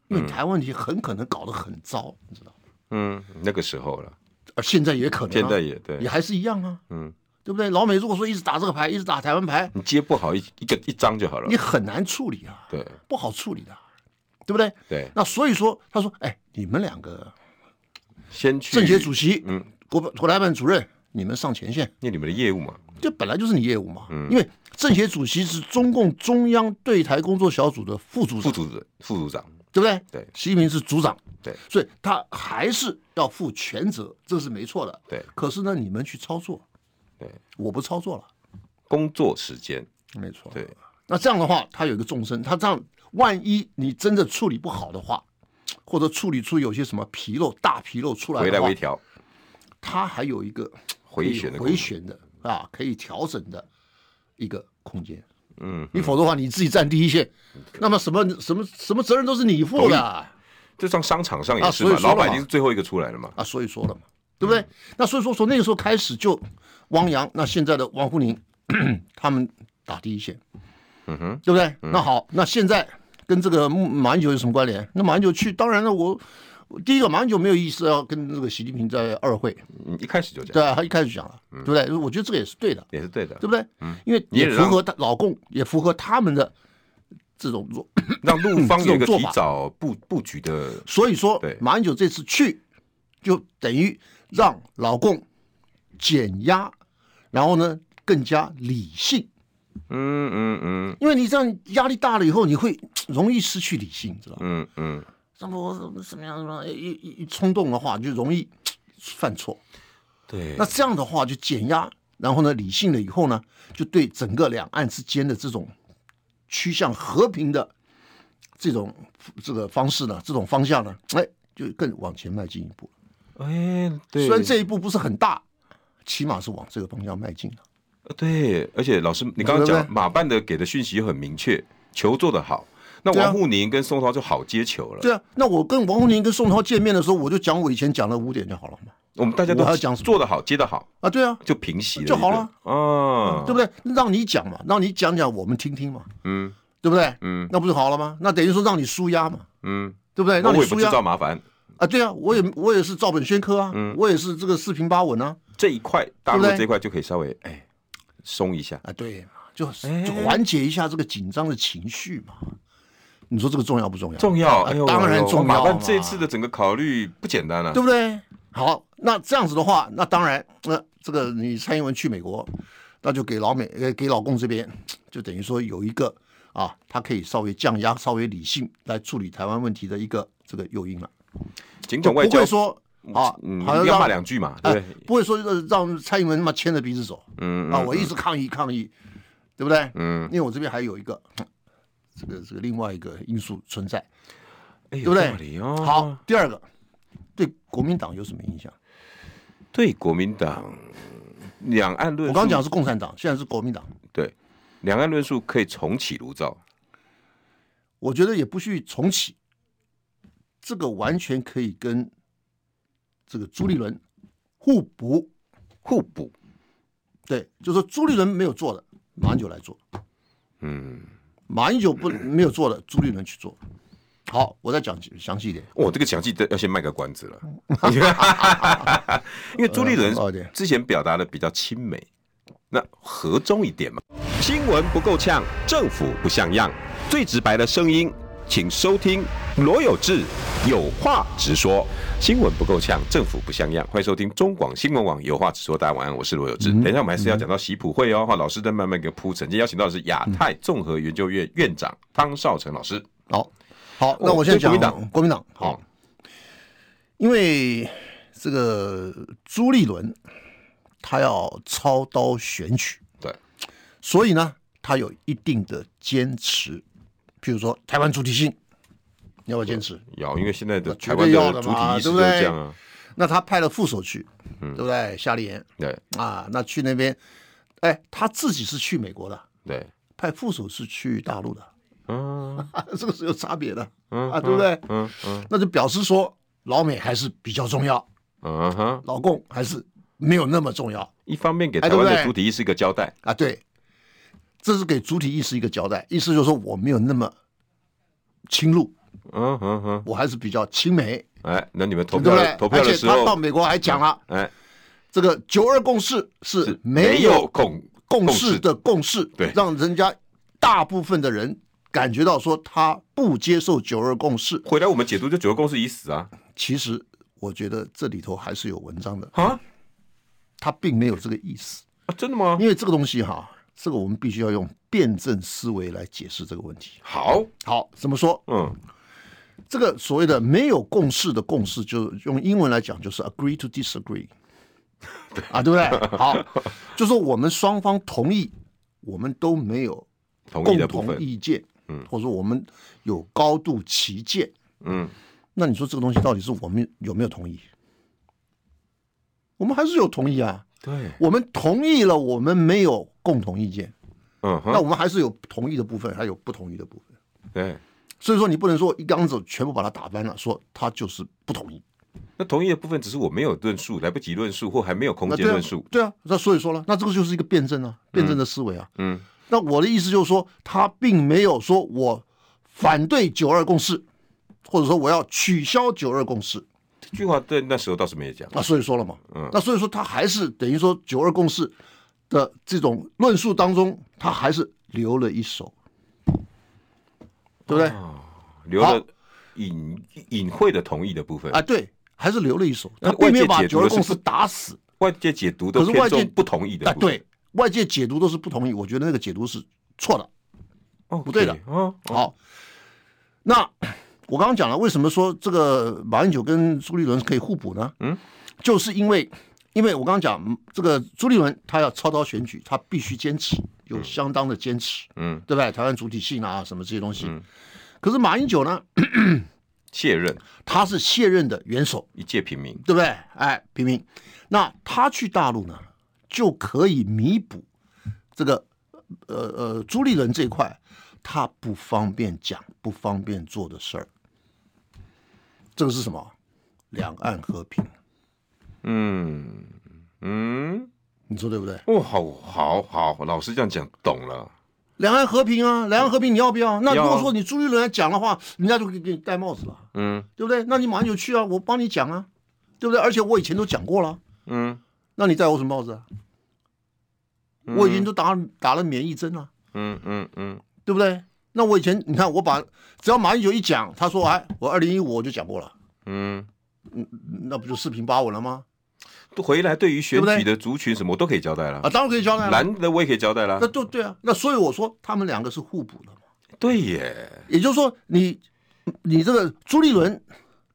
S2: 因为台湾问题很可能搞得很糟，你知道吗？
S1: 嗯，那个时候了，
S2: 而现在也可能、啊，
S1: 现在也对
S2: 也还是一样啊。
S1: 嗯，
S2: 对不对？老美如果说一直打这个牌，一直打台湾牌，
S1: 你接不好一一个一张就好了
S2: 你，很难处理啊，
S1: 对
S2: 不好处理的，对不对？
S1: 对，
S2: 那所以说，他说：“哎，你们两个
S1: 先去
S2: 政协主席、
S1: 嗯
S2: 国国台办主任，你们上前线，
S1: 因为你们的业务嘛，
S2: 这本来就是你业务嘛。
S1: 嗯
S2: 因为政协主席是中共中央对台工作小组的副组
S1: 副
S2: 长，
S1: 组长副组长，
S2: 对不对？
S1: 对
S2: 习近平是组长，
S1: 对
S2: 所以他还是要负全责，这是没错的。
S1: 对
S2: 可是呢，你们去操作，
S1: 对，
S2: 我不操作了，
S1: 工作时间，
S2: 没错。
S1: 对，
S2: 那这样的话，他有一个纵深，他这样万一你真的处理不好的话，或者处理出有些什么纰漏、大纰漏出来
S1: 回来
S2: 的话
S1: 微，调，
S2: 他还有一个
S1: 回旋的空间
S2: 回旋的啊，可以调整的一个空间。
S1: 嗯，
S2: 你否则的话，你自己站第一线，那么什么什么什么责任都是你负的啊，
S1: 就像商场上也
S2: 啊
S1: 是
S2: 所以
S1: 嘛，
S2: 说
S1: 老
S2: 了
S1: 板已
S2: 嘛
S1: 经是最后一个出来了嘛，
S2: 啊所以说了嘛，对不对？那所以说从那个时候开始就汪洋，那现在的王沪宁 他们打第一线，
S1: 嗯哼，
S2: 对不对？那好，那现在跟这个马英九有什么关联？那马英九去，当然了，我我第一个马英九没有意思要跟这个习近平在二会，
S1: 你一开始就这样，
S2: 对啊吧、他一开始讲了，对不对？我觉得这个也是对的，
S1: 也是对的
S2: 对，不对？因为
S1: 嗯你也
S2: 也
S1: 让
S2: 符合他老共，也符合他们的这种做，
S1: 让陆方有一个
S2: 嗯这种做
S1: 提
S2: 法
S1: 早布布局的，
S2: 所以说
S1: 对
S2: 马英九这次去，就等于让老共减压，然后呢更加理性，
S1: 嗯嗯嗯
S2: 因为你这样压力大了以后，你会容易失去理性，知道吗？
S1: 嗯嗯，
S2: 什么我怎么怎么样什么一一一冲动的话，就容易犯错。
S1: 对
S2: 那，这样的话就减压，然后呢理性了以后呢，就对整个两岸之间的这种趋向和平的这种这个方式呢，这种方向呢，哎，就更往前迈进一步。
S1: 哎，对，
S2: 虽然这一步不是很大，起码是往这个方向迈进了。
S1: 对，而且老师，你刚刚
S2: 对不对
S1: 讲马办的给的讯息很明确，球做得好，那
S2: 对啊
S1: 王沪宁跟宋涛就好接球了。
S2: 对啊，那我跟王沪宁跟宋涛见面的时候，我就讲我以前讲的五点就好了嘛。
S1: 我们大家都
S2: 我还要讲什么
S1: 做得好，接得好，
S2: 啊，对啊，
S1: 就平息了
S2: 就好了嗯
S1: 啊，
S2: 对不对？让你讲嘛，让你讲讲，我们听听嘛。
S1: 嗯
S2: 对不对？
S1: 嗯，
S2: 那不是好了吗？那等于说让你舒压嘛，
S1: 嗯，
S2: 对不对？
S1: 那
S2: 让
S1: 我
S2: 你
S1: 也不
S2: 舒
S1: 制
S2: 压
S1: 造麻烦。
S2: 啊，对啊，我也我也是照本宣科啊，
S1: 嗯
S2: 我也是这个四平八稳啊，
S1: 这一块大陆
S2: 对不对
S1: 这一块就可以稍微哎松一下，
S2: 啊，对嘛，就
S1: 哎
S2: 就缓解一下这个紧张的情绪嘛。你说这个重要不重要？
S1: 重要。哎呦，
S2: 当然重要
S1: 马办
S2: 嘛
S1: 这次的整个考虑不简单啊
S2: 对。不对？好，那这样子的话，那当然，那、这个你蔡英文去美国，那就给老美呃给老共这边，就等于说有一个啊，它可以稍微降压、稍微理性来处理台湾问题的一个这个诱因了，
S1: 尽
S2: 不
S1: 管外交
S2: 会说啊，
S1: 嗯
S2: 好像
S1: 要
S2: 让
S1: 骂两句嘛，对不
S2: 哎
S1: 对，
S2: 不会说呃让蔡英文他妈牵着鼻子走，
S1: 嗯
S2: 啊，我一直抗议抗议，对不对？
S1: 嗯，
S2: 因为我这边还有一个哼这个这个另外一个因素存在。
S1: 对
S2: 对不对
S1: 哦、
S2: 好，，第二个对国民党有什么影响？
S1: 对国民党两岸论
S2: 我
S1: 述，
S2: 刚讲是共产党，现在是国民党，
S1: 对两岸论述可以重启炉灶，
S2: 我觉得也不需重启，这个完全可以跟这个朱立伦互补。
S1: 互补，
S2: 对，就说朱立伦没有做的，马英九来做；
S1: 嗯，
S2: 马英九不没有做的，朱立伦去做。好，我再讲详细一点。
S1: 我哦这个详细的要先卖个关子了， 因为朱立伦
S2: 呃好一点
S1: 之前表达的比较亲美，那和中一点嘛。新闻不够呛，政府不像样，最直白的声音，请收听罗有志有话直说。新闻不够呛，政府不像样，欢迎收听中广新闻网有话直说。大家晚安，我是罗有
S2: 嗯
S1: 志。等一下我们还是要讲到喜普会哦，哈，老师在慢慢给铺陈。今天邀请到的是亚太综合研究院院长汤少成老师。
S2: 好，好，那我先
S1: 哦对
S2: 讲
S1: 国民党
S2: 国民党嗯好，
S1: 好，
S2: 因为这个朱立伦他要操刀选举，
S1: 对，
S2: 所以呢，他有一定的坚持，譬如说台湾主体性，你要不要坚持？
S1: 要，因为现在的
S2: 那绝
S1: 台湾
S2: 对要的
S1: 主体
S2: 嘛
S1: 意识
S2: 对
S1: 就
S2: 不
S1: 是
S2: 对
S1: 这样啊，
S2: 那他派了副手去，
S1: 嗯
S2: 对不对？夏立言
S1: 对
S2: 啊，那去那边，哎，他自己是去美国的，
S1: 对，
S2: 派副手是去大陆的，
S1: 嗯
S2: 啊， 这个是有差别的
S1: 嗯
S2: 啊，对不对？
S1: 嗯嗯
S2: 那就表示说老美还是比较重要，
S1: 嗯哼，
S2: 老共还是没有那么重要。
S1: 一方面给
S2: 哎
S1: 台湾
S2: 对不
S1: 的
S2: 对
S1: 主体意识一个交代，
S2: 啊，对，这是给主体意识一个交代，意思就是说我没有那么侵入，
S1: 嗯哼哼，
S2: 我还是比较亲美，
S1: 哎，那你们投
S2: 对不
S1: 票
S2: 对？
S1: 投票
S2: 而
S1: 的
S2: 且
S1: 时
S2: 他到
S1: 候，
S2: 美国还讲了，
S1: 哎，
S2: 这个九二共识是没有
S1: 共
S2: 共识，的共识，
S1: 对
S2: 让人家大部分的人感觉到说他不接受九二共识。
S1: 回来我们解读就九个共识已死啊
S2: 其实我觉得这里头还是有文章的，
S1: 啊
S2: 他并没有这个意思，
S1: 啊，真的吗？
S2: 因为这个东西哈，这个我们必须要用辩证思维来解释这个问题。
S1: 好，
S2: 好，怎么说？
S1: 嗯
S2: 这个所谓的没有共识的共识，就用英文来讲就是 agree to disagree，啊，对不 对？好，就说我们双方同意，我们都没有
S1: 同意
S2: 共
S1: 的部
S2: 同
S1: 分，
S2: 意见，嗯，或者说我们有高度旗舰，
S1: 嗯，
S2: 那你说这个东西到底是我们有没有同意？我们还是有同意啊，
S1: 对，
S2: 我们同意了，我们没有共同意见，
S1: 嗯
S2: 那
S1: 哼，
S2: 我们还是有同意的部分，还有不同意的部分。
S1: 对，
S2: 所以说你不能说一竿子全部把它打翻了，说他就是不同意。
S1: 那同意的部分只是我没有论述，来不及论述或还没有空
S2: 那
S1: 间
S2: 对啊
S1: 论述，，
S2: 对啊，那所以说了，那这个就是一个辩证啊，辩证的思维啊。
S1: 嗯，
S2: 那我的意思就是说，他并没有说我反对九二共识，或者说我要取消九二共识
S1: 这句话对那时候倒是没有讲，
S2: 啊。所以说了嘛，
S1: 嗯
S2: 那所以说他还是等于说九二共识的这种论述当中，他还是留了一手，对不对？
S1: 哦留
S2: 好
S1: 了隐隐晦的同意的部分
S2: 啊，对，还是留了一手，
S1: 那
S2: 他并没有
S1: 外
S2: 把
S1: 界解
S2: 九
S1: 读
S2: 二
S1: 的是
S2: 共识
S1: 不
S2: 打死。
S1: 外界解读都
S2: 可是外
S1: 偏
S2: 界
S1: 重不同意的
S2: 啊，
S1: 部分，
S2: 对外界解读都是不同意，我觉得那个解读是错的。
S1: 哦，
S2: 不对的
S1: 哦，
S2: 好，那我刚刚讲了，为什么说这个马英九跟朱立伦可以互补呢？
S1: 嗯，
S2: 就是因为，因为我刚刚讲嗯这个朱立伦他要操刀选举，他必须坚持，有相当的坚持，
S1: 嗯，
S2: 对不对？台湾主体性啊，什么这些东西。可是马英九呢，
S1: 卸任
S2: 他是卸任的元首，
S1: 一介平民，
S2: 对不对？哎，平民，那他去大陆呢，就可以弥补这个呃呃朱立伦这一块他不方便讲、不方便做的事儿。这个是什么？两岸和平，
S1: 嗯嗯，
S2: 你说对不对？
S1: 哦，好好好，老师这样讲懂了，
S2: 两岸和平啊，两岸和平你要不要？那如
S1: 要
S2: 果
S1: 啊
S2: 说你朱立伦来讲的话，人家就给你戴帽子了，
S1: 嗯
S2: 对不对？那你马上就去啊，我帮你讲啊，对不对？而且我以前都讲过了，
S1: 嗯
S2: 那你戴我什么帽子啊？我已经都打打了免疫针啊了。
S1: 嗯嗯嗯，
S2: 对不对？那我以前你看，我把只要马英九一讲，他说哎，我二零一五我就讲过了，
S1: 嗯，
S2: 那不就四平八稳了吗？
S1: 都回来对于选
S2: 对不
S1: 举的族群什么我都可以交代了
S2: 啊啊，，当然可以交代了。
S1: 蓝的我也可以交代了
S2: 那，就对啊，那所以我说他们两个是互补的嘛。
S1: 对耶，
S2: 也就是说你，你这个朱立伦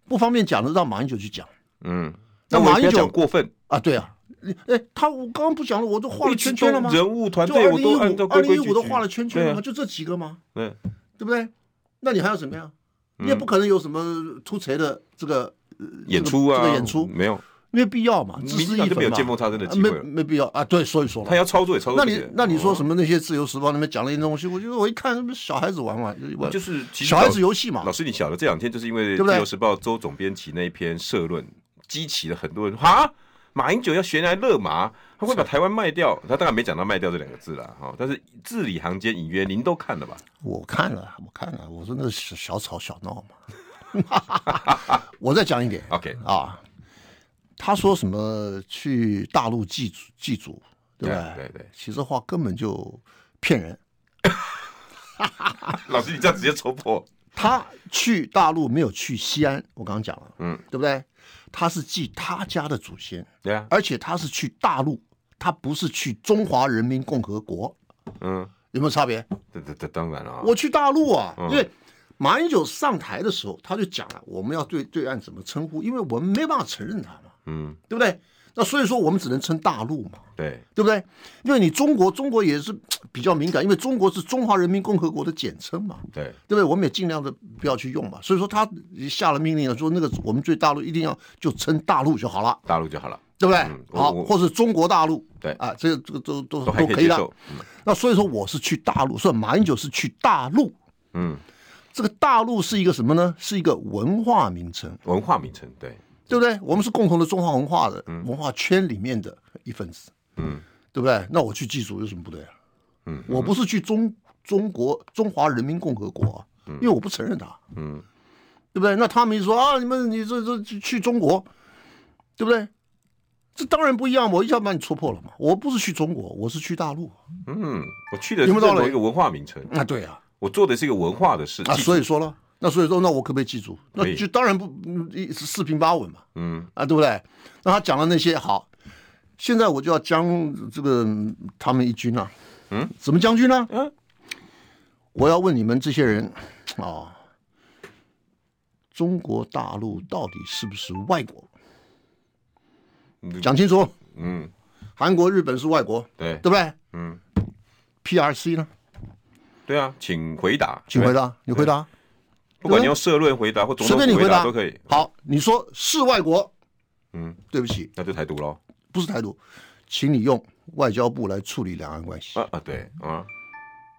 S2: 不方便讲的，让马英九去讲
S1: 嗯，
S2: 那
S1: 我也
S2: 马
S1: 不
S2: 英
S1: 要
S2: 九
S1: 讲过分，
S2: 啊，对啊，你哎，他我刚刚不讲了，我都画了
S1: 一直
S2: 圈
S1: 都
S2: 圈了吗？
S1: 人物团
S2: 就
S1: 队
S2: 二
S1: 我
S2: 零一
S1: 都按照
S2: 五，
S1: 规
S2: 二零
S1: 规
S2: 一
S1: 矩矩
S2: 五都画了圈圈了
S1: 对啊
S2: 吗？就这几个吗？
S1: 对，
S2: 对不对？那你还要怎么样？你也不可能有什么突锤的这个呃
S1: 嗯演出啊，
S2: 这个演出
S1: 没有，
S2: 没必要嘛，自
S1: 民
S2: 私
S1: 进
S2: 一
S1: 党就
S2: 分嘛，
S1: 没有见缝插针的
S2: 啊
S1: 机
S2: 没
S1: 会了，
S2: 没必要啊。对，所以说
S1: 他哦
S2: 了，
S1: 要操作也操
S2: 那
S1: 作不起
S2: 你
S1: 来，
S2: 那你说什么那些自由时报那边讲了一些东西，我觉得我一看，小孩子玩玩，
S1: 哦就是其实
S2: 小孩
S1: 老
S2: 子游戏嘛
S1: 老，师，你晓得这两天就是因为
S2: 啊对
S1: 《
S2: 不对
S1: 自由时报》周总编辑那一篇社论，激起了很多人哈，马英九要悬崖勒马，他会把台湾卖掉。他当然没讲到卖掉这两个字啦，哈、但是字里行间隐约您都看了吧？
S2: 我看了，我看了，我说那是小吵小闹嘛。 我再讲一点
S1: OK
S2: 啊，他说什么去大陆祭祖祭祖，对不
S1: 对对对
S2: 其实话根本就骗人。
S1: 老师，你这样直接戳破，
S2: 他去大陆没有去西安，我刚刚讲了，
S1: 嗯，
S2: 对不对？他是祭他家的祖先，
S1: 对啊，
S2: 而且他是去大陆，他不是去中华人民共和国，
S1: 嗯，
S2: 有没有差别？
S1: 这这这当然了、啊，
S2: 我去大陆啊，因为马英九上台的时候，他就讲了，我们要对对岸怎么称呼，因为我们没办法承认他嘛，
S1: 嗯，
S2: 对不对？那所以说我们只能称大陆嘛，
S1: 对，
S2: 对不对？因为你中国，中国也是比较敏感，因为中国是中华人民共和国的简称嘛，
S1: 对，
S2: 对不对？我们也尽量的不要去用嘛。所以说他下了命令了，说那个我们对大陆一定要就称大陆就好了，
S1: 大陆就好了，
S2: 对不对？
S1: 嗯我
S2: 好，
S1: 我
S2: 或者中国大陆，
S1: 对
S2: 啊，这个这个都都
S1: 都还
S2: 都
S1: 可
S2: 可
S1: 以接
S2: 以的。
S1: 受，嗯
S2: 那所以说我是去大陆，所以马英九是去大陆。
S1: 嗯，
S2: 这个大陆是一个什么呢？是一个文化名称，
S1: 文化名称，对，
S2: 对不对？我们是共同的中华文化的文化圈里面的一份子，
S1: 嗯，
S2: 对不对？那我去祭祖有什么不对啊？嗯，我不是去中中国中华人民共和国、啊，因为我不承认它，
S1: 嗯，
S2: 对不对？那他们一说啊，你们你这这去中国，对不对？这当然不一样，我一下把你戳破了嘛。我不是去中国，我是去大陆
S1: 嗯，我去的是
S2: 有没有道理
S1: 认同一个文化名称，
S2: 啊。对啊，
S1: 我做的是一个文化的事，
S2: 啊，
S1: 记住
S2: 所以说了，那所以说，那我可不可以记住？
S1: 可
S2: 那
S1: 以
S2: 就当然不嗯一四平八稳嘛。
S1: 嗯，
S2: 啊，对不对？那他讲的那些好，现在我就要将这个嗯他们一军啊，嗯，怎么将军呢？
S1: 嗯，
S2: 我要问你们这些人啊、哦中国大陆到底是不是外国？
S1: 嗯
S2: 讲清楚，
S1: 嗯，
S2: 韩国、日本是外国，
S1: 对
S2: 对，不对
S1: 嗯，
S2: ？PRC 呢？
S1: 对啊，请回答，
S2: 请回答，你回答，
S1: 不管你用社论回答或总
S2: 随
S1: 统
S2: 便你
S1: 府回
S2: 答
S1: 都可以。
S2: 好，你说是外国，
S1: 嗯，
S2: 对不起，
S1: 那就台独喽。
S2: 不是台独，请你用外交部来处理两岸关系，
S1: 啊啊，对啊，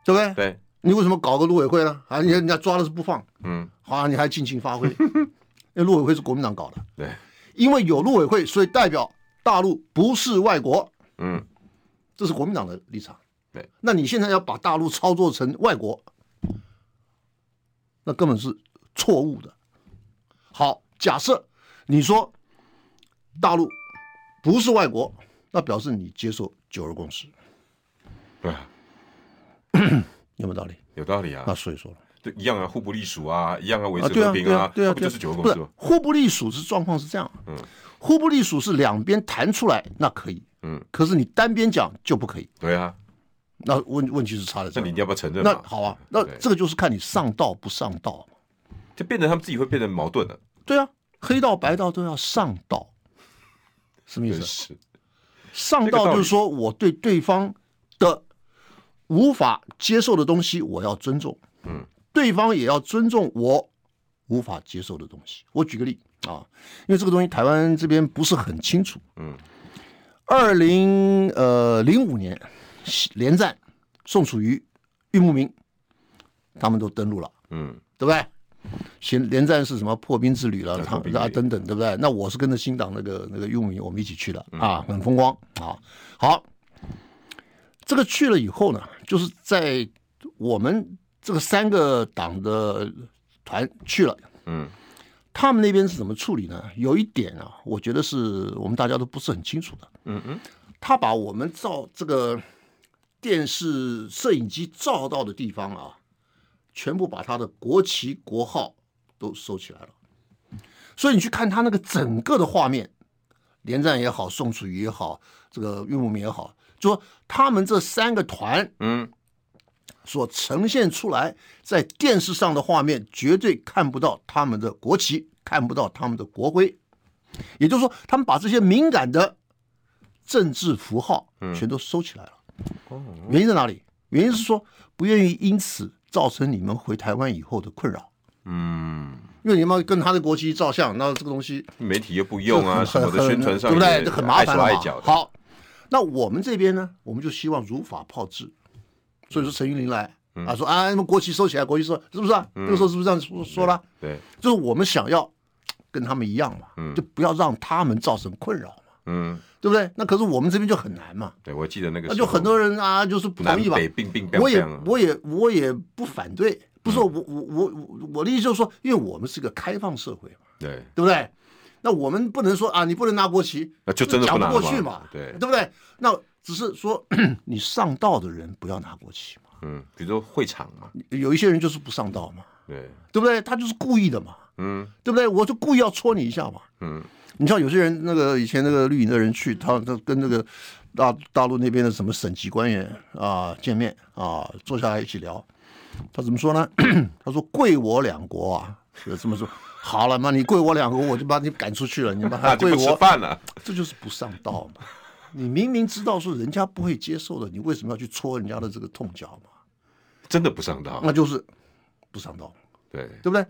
S2: 对不对？
S1: 对，
S2: 你为什么搞个陆委会呢？啊，你人家抓了是不放，
S1: 嗯，
S2: 好、啊，你还尽情发挥。 那陆委会是国民党搞的，
S1: 对，
S2: 因为有陆委会，所以代表大陆不是外国，
S1: 嗯，
S2: 这是国民党的立场。
S1: 对，
S2: 那你现在要把大陆操作成外国，那根本是错误的。好，假设你说大陆不是外国，那表示你接受九二共识，
S1: 啊，
S2: 有没有道理？
S1: 有道理啊
S2: 那，所以说了。
S1: 对，一样啊，互不隶属啊，一样啊，维
S2: 啊，
S1: 持
S2: 对
S1: 和
S2: 啊，
S1: 平
S2: 对啊，对啊，
S1: 那不就
S2: 对啊
S1: 是九个
S2: 不
S1: 公
S2: 是
S1: 司吗？
S2: 互不隶属是状况是这样，嗯，互不隶属是两边谈出来那可以，
S1: 嗯，
S2: 可是你单边讲就不可以，
S1: 对啊，
S2: 那问问题是差在这
S1: 那你一
S2: 里。
S1: 定要不要承认
S2: 那
S1: 嘛？
S2: 好啊，那
S1: 对
S2: 这个就是看你上道不上道嘛，
S1: 就变成他们自己会变成矛盾了，
S2: 对啊，黑道白道都要上道，什么意
S1: 真
S2: 思？啊
S1: 是，
S2: 上
S1: 这个道
S2: 道
S1: 理
S2: 就是说我对对方的无法接受的东西我要尊重，
S1: 嗯，
S2: 对方也要尊重我无法接受的东西。我举个例啊，因为这个东西台湾这边不是很清楚，
S1: 嗯，
S2: 二零呃零五年连战、宋楚瑜、郁慕明他们都登陆了，
S1: 嗯，
S2: 对不对？先连战是什么破冰之旅了，
S1: 对
S2: 他
S1: 破冰之旅
S2: 啊等等，对不对？那我是跟着新党那个那个玉明我们一起去的
S1: 嗯
S2: 啊，很风光啊。好，这个去了以后呢，就是在我们这个三个党的团去了，
S1: 嗯，
S2: 他们那边是怎么处理呢？有一点啊，我觉得是我们大家都不是很清楚的。嗯嗯，他把我们照这个电视摄影机照到的地方啊，全部把他的国旗国号都收起来了。所以你去看他那个整个的画面，连战也好，宋楚瑜也好，这个岳慕明也好，就说他们这三个团
S1: 嗯，
S2: 所呈现出来在电视上的画面，绝对看不到他们的国旗，看不到他们的国徽。也就是说，他们把这些敏感的政治符号全都收起来了。原因在哪里？原因是说不愿意因此造成你们回台湾以后的困扰，
S1: 嗯，
S2: 因为你们要跟他的国旗照相，那这个东西
S1: 媒体又不用啊，什
S2: 很
S1: 么
S2: 很
S1: 的宣传上
S2: 对不对？
S1: 也
S2: 这很麻烦了嘛
S1: 碍手碍脚的。
S2: 好，那我们这边呢，我们就希望如法炮制。所以说陈玉玲来
S1: 嗯
S2: 啊，说啊，你们国旗收起来，国旗收，是不是啊？那个时候是不是这样说说了？
S1: 对，
S2: 就是我们想要跟他们一样嘛，就不要让他们造成困扰嘛，
S1: 嗯，
S2: 对不对？那可是我们这边就很难嘛，
S1: 对我记得那个
S2: 那
S1: 时
S2: 就
S1: 候
S2: 很多人啊，就是不
S1: 南
S2: 同意吧
S1: 北。并并
S2: 我也
S1: 啊
S2: 我也我也不反对，不是说
S1: 嗯
S2: 我我我我我的意思就是说，因为我们是个开放社会嘛，
S1: 对，
S2: 对不对？那我们不能说啊，你不能拿国旗，
S1: 那就真的
S2: 讲
S1: 不
S2: 不
S1: 拿
S2: 过
S1: 了
S2: 去
S1: 嘛
S2: 嘛，
S1: 对
S2: 对不对？那只是说 你上道的人不要拿国旗嘛，
S1: 嗯，比如说会场嘛，
S2: 有一些人就是不上道嘛，
S1: 对，
S2: 对不对？他就是故意的嘛，
S1: 嗯
S2: 对不对？我就故意要戳你一下嘛。
S1: 嗯，
S2: 你像有些人，那个以前那个绿营的人去，他他跟那个大大陆那边的什么省级官员啊见面啊，坐下来一起聊，他怎么说呢？ 他说贵我两国啊，有这么说。好了嘛，你贵我两国，我就把你赶出去了，你妈
S1: 那
S2: 还
S1: 就
S2: 贵
S1: 不吃
S2: 啊我，
S1: 饭了，
S2: 这就是不上道嘛。你明明知道说人家不会接受的，你为什么要去戳人家的这个痛脚嘛？
S1: 真的不上道，
S2: 那就是不上道。
S1: 对，
S2: 对不对？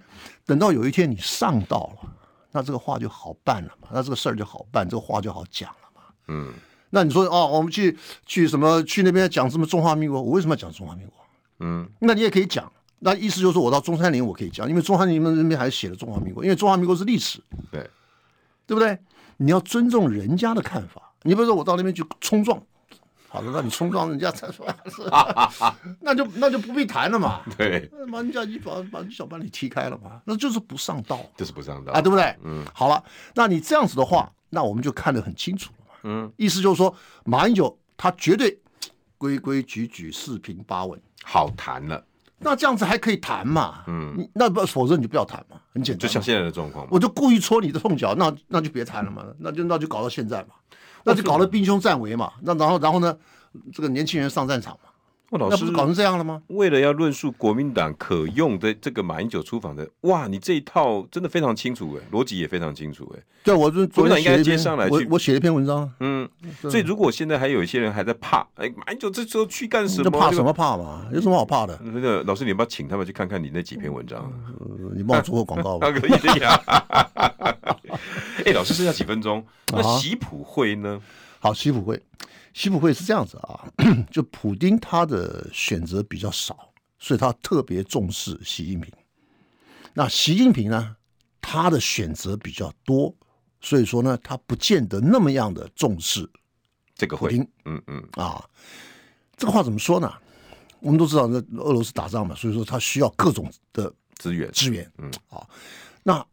S2: 等到有一天你上道了，那这个话就好办了嘛，那这个事儿就好办，这个话就好讲了嘛。
S1: 嗯
S2: 那你说哦，我们去去什么去那边讲什么中华民国？我为什么要讲中华民国？
S1: 嗯
S2: 那你也可以讲，那意思就是我到中山陵我可以讲，因为中山陵那边还写了中华民国，因为中华民国是历史，
S1: 对，
S2: 对不对？你要尊重人家的看法，你比如说我到那边去冲撞，好了，那你冲撞人家才说， 那就那就不必谈了嘛。
S1: 对，
S2: 那把人家一把把你想把你踢开了嘛，那就是不上道。
S1: 这是不上道
S2: 啊，，对不对？嗯，好了，那你这样子的话，那我们就看得很清楚了嘛。
S1: 嗯，
S2: 意思就是说，马英九他绝对规规矩矩、四平八稳，
S1: 好谈了，
S2: 那这样子还可以谈嘛？
S1: 嗯
S2: 你，那不否则你就不要谈嘛，很简
S1: 就
S2: 单嘛。
S1: 像现在的状况嘛，
S2: 我就故意戳你的痛脚，那那就别谈了嘛，那就那就搞到现在嘛，那就搞得兵凶战危嘛，那然后然后呢，这个年轻人上战场嘛，
S1: 我老
S2: 那
S1: 师
S2: 不是搞成这样了吗？
S1: 为了要论述国民党可用的这个马英九出访的，哇，你这一套真的非常清楚哎，逻辑也非常清楚哎。
S2: 对，我就
S1: 国
S2: 昨
S1: 民党应
S2: 天
S1: 该
S2: 写了一
S1: 接
S2: 篇，
S1: 上来
S2: 我
S1: 去
S2: 我写了一篇文章，啊
S1: 嗯，所以如果现在还有一些人还在怕，哎，马英九这时候去干什么？
S2: 你这怕什么怕嘛？有什么好怕的？
S1: 那个？那个老师，你要不要请他们去看看你那几篇文章？
S2: 呃你帮我做个广告吧
S1: 那。可以呀。 哎，老师剩下几分钟，那
S2: 啊
S1: 习普会呢？
S2: 好，西普会，西普会是这样子啊，就普丁他的选择比较少，所以他特别重视习近平。那习近平呢，他的选择比较多，所以说呢，他不见得那么样的重视
S1: 这个
S2: 普
S1: 会，
S2: 丁
S1: 嗯嗯，
S2: 啊。这个话怎么说呢？我们都知道，那俄罗斯打仗嘛，所以说他需要各种的
S1: 资源，
S2: 支援，嗯啊。那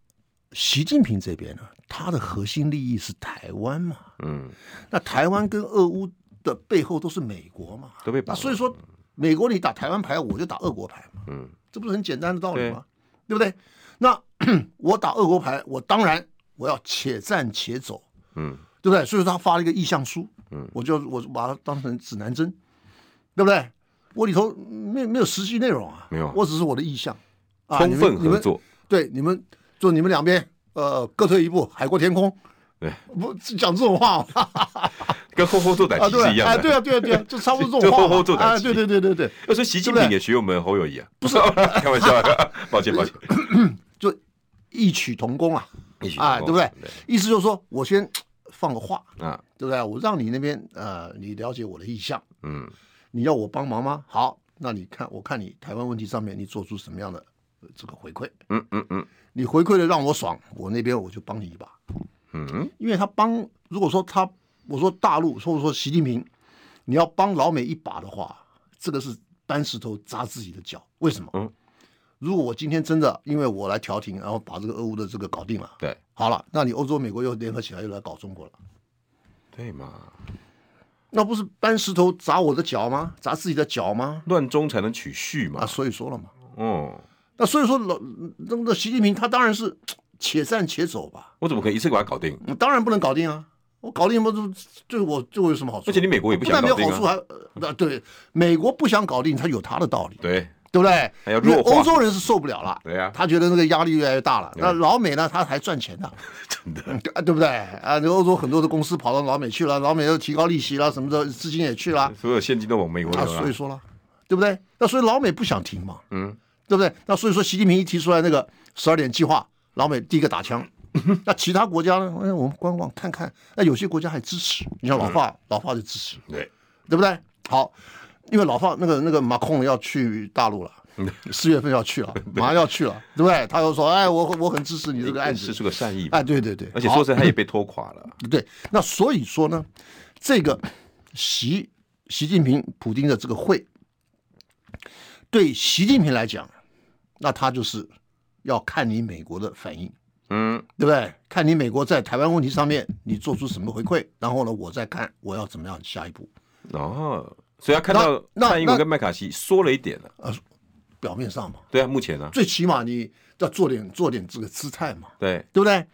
S2: 习近平这边呢，他的核心利益是台湾嘛，
S1: 嗯，
S2: 那台湾跟俄乌的背后都是美国嘛，
S1: 都被绑
S2: 那
S1: 了
S2: 所以说美国你打台湾牌，我就打俄国牌嘛，
S1: 嗯，
S2: 这不是很简单的道理吗？对不对？那 我打俄国牌，我当然我要且战且走，
S1: 嗯，
S2: 对不对？所以说他发了一个意向书，嗯，我就我把它当成指南针，对不对？我里头没没有实际内容啊，
S1: 没有
S2: 我只是我的意向，啊
S1: 充分
S2: 你们你
S1: 合
S2: 们
S1: 作，
S2: 对，你们就你们两边，呃，各退一步，海阔天空。
S1: 对，
S2: 不讲这 种话嘛，
S1: 跟后后做胆
S2: 啊，
S1: 机是一
S2: 对，哎，
S1: 样
S2: 对
S1: 的。
S2: 啊，对啊，对啊，就差不 多这
S1: 就
S2: 种话
S1: 厚
S2: 嘛
S1: 厚做胆
S2: 哎，
S1: 机
S2: 对对对对对，
S1: 要说习近
S2: 对不
S1: 平
S2: 对
S1: 也学我们侯友谊啊，不是开玩笑，抱歉抱歉，
S2: 就异曲同工啊，
S1: 一起
S2: 啊，
S1: 成
S2: 对
S1: 功
S2: 不对？意思就是说我先放个话，
S1: 啊，
S2: 对不对？我让你那边呃，你了解我的意向，
S1: 嗯
S2: 你要我帮忙吗？好，那你看，我看你台湾问题上面你做出什么样的呃这个回馈，
S1: 嗯嗯嗯
S2: 你回馈的让我爽，我那边我就帮你一把，
S1: 嗯，
S2: 因为他帮，如果说他，我说大陆或者说习近平，你要帮老美一把的话，这个是搬石头砸自己的脚。为什么？
S1: 嗯，
S2: 如果我今天真的因为我来调停，然后把这个俄乌的这个搞定了，
S1: 对
S2: 好了，那你欧洲、美国又联合起来又来搞中国了，
S1: 对嘛，
S2: 那不是搬石头砸我的脚吗？砸自己的脚吗？
S1: 乱中才能取序
S2: 啊，
S1: 嘛，
S2: 所以说了嘛，
S1: 哦，
S2: 那所以说老那那习近平他当然是且战且走吧，
S1: 我怎么可以一次把它搞定？
S2: 当然不能搞定啊，我搞定不就对我对我有什么好处？啊
S1: 而且你美国也不想
S2: 但没有
S1: 搞这
S2: 好处
S1: 个啊，
S2: 还呃对，美国不想搞定，他有他的道理，
S1: 对
S2: 对不对？
S1: 还要
S2: 因为
S1: 弱化
S2: 欧洲人是受不了了，
S1: 对啊呀
S2: 他觉得那个压力越来越大了。那老美呢，他还赚钱呢，
S1: 真的
S2: 嗯对啊对不对？啊，那欧洲很多的公司跑到老美去了，老美又提高利息了，什么的，资金也去了，
S1: 所有现金都往美国
S2: 啊，
S1: 流
S2: 所以
S1: 了，
S2: 说了，对不对？那所以老美不想停嘛，
S1: 嗯，
S2: 对不对？那所以说习近平一提出来那个十二点计划，老美第一个打枪。 那其他国家呢？哎，我们观望看看。那有些国家还支持，你像老
S1: 嗯
S2: 法，老法就支持，
S1: 对，
S2: 对不对？好，因为老法那个那个马控要去 大陆了，四月份要去了，马上要去了，对不对？他又说，哎，我我很支持你这个案
S1: 是
S2: 子。
S1: 出个善意，
S2: 哎，对对对，
S1: 而且
S2: 好
S1: 说实在，他也被拖垮了，
S2: 对，那所以说呢，这个习习近平、普京的这个会，对习近平来讲，那他就是要看你美国的反应，
S1: 嗯，
S2: 对不对？看你美国在台湾问题上面你做出什么回馈，然后呢，我再看我要怎么样下一步。
S1: 哦，所以他看到
S2: 那那
S1: 蔡英文
S2: 那
S1: 跟麦卡锡缩了一点了，
S2: 表面上嘛，
S1: 对啊，目前呢，
S2: 最起码你要做点做点这个姿态嘛，
S1: 对，
S2: 对不对？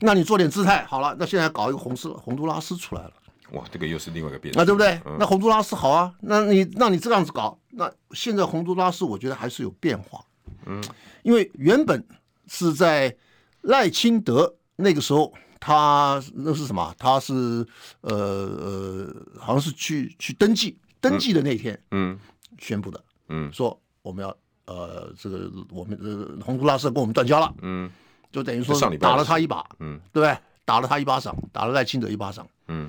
S2: 那你做点姿态好了，那现在搞一个红色洪都拉斯出来了。
S1: 哇，这个又是另外一个变
S2: 啊，
S1: 数，
S2: 对不对？那洪都拉斯好啊，那你那你这样子搞，那现在洪都拉斯我觉得还是有变化，嗯，因为原本是在赖清德那个时候，他那是什么？他是呃呃，好像是去去登记登记的那天
S1: 嗯
S2: 宣布的，
S1: 嗯
S2: 说我们要呃这个我们呃洪都拉斯跟我们断交了，
S1: 嗯
S2: 就等于说
S1: 上礼拜
S2: 打了
S1: 的事
S2: 他一把，
S1: 嗯
S2: 对不对？打了他一巴掌，打了赖清德一巴掌。
S1: 嗯，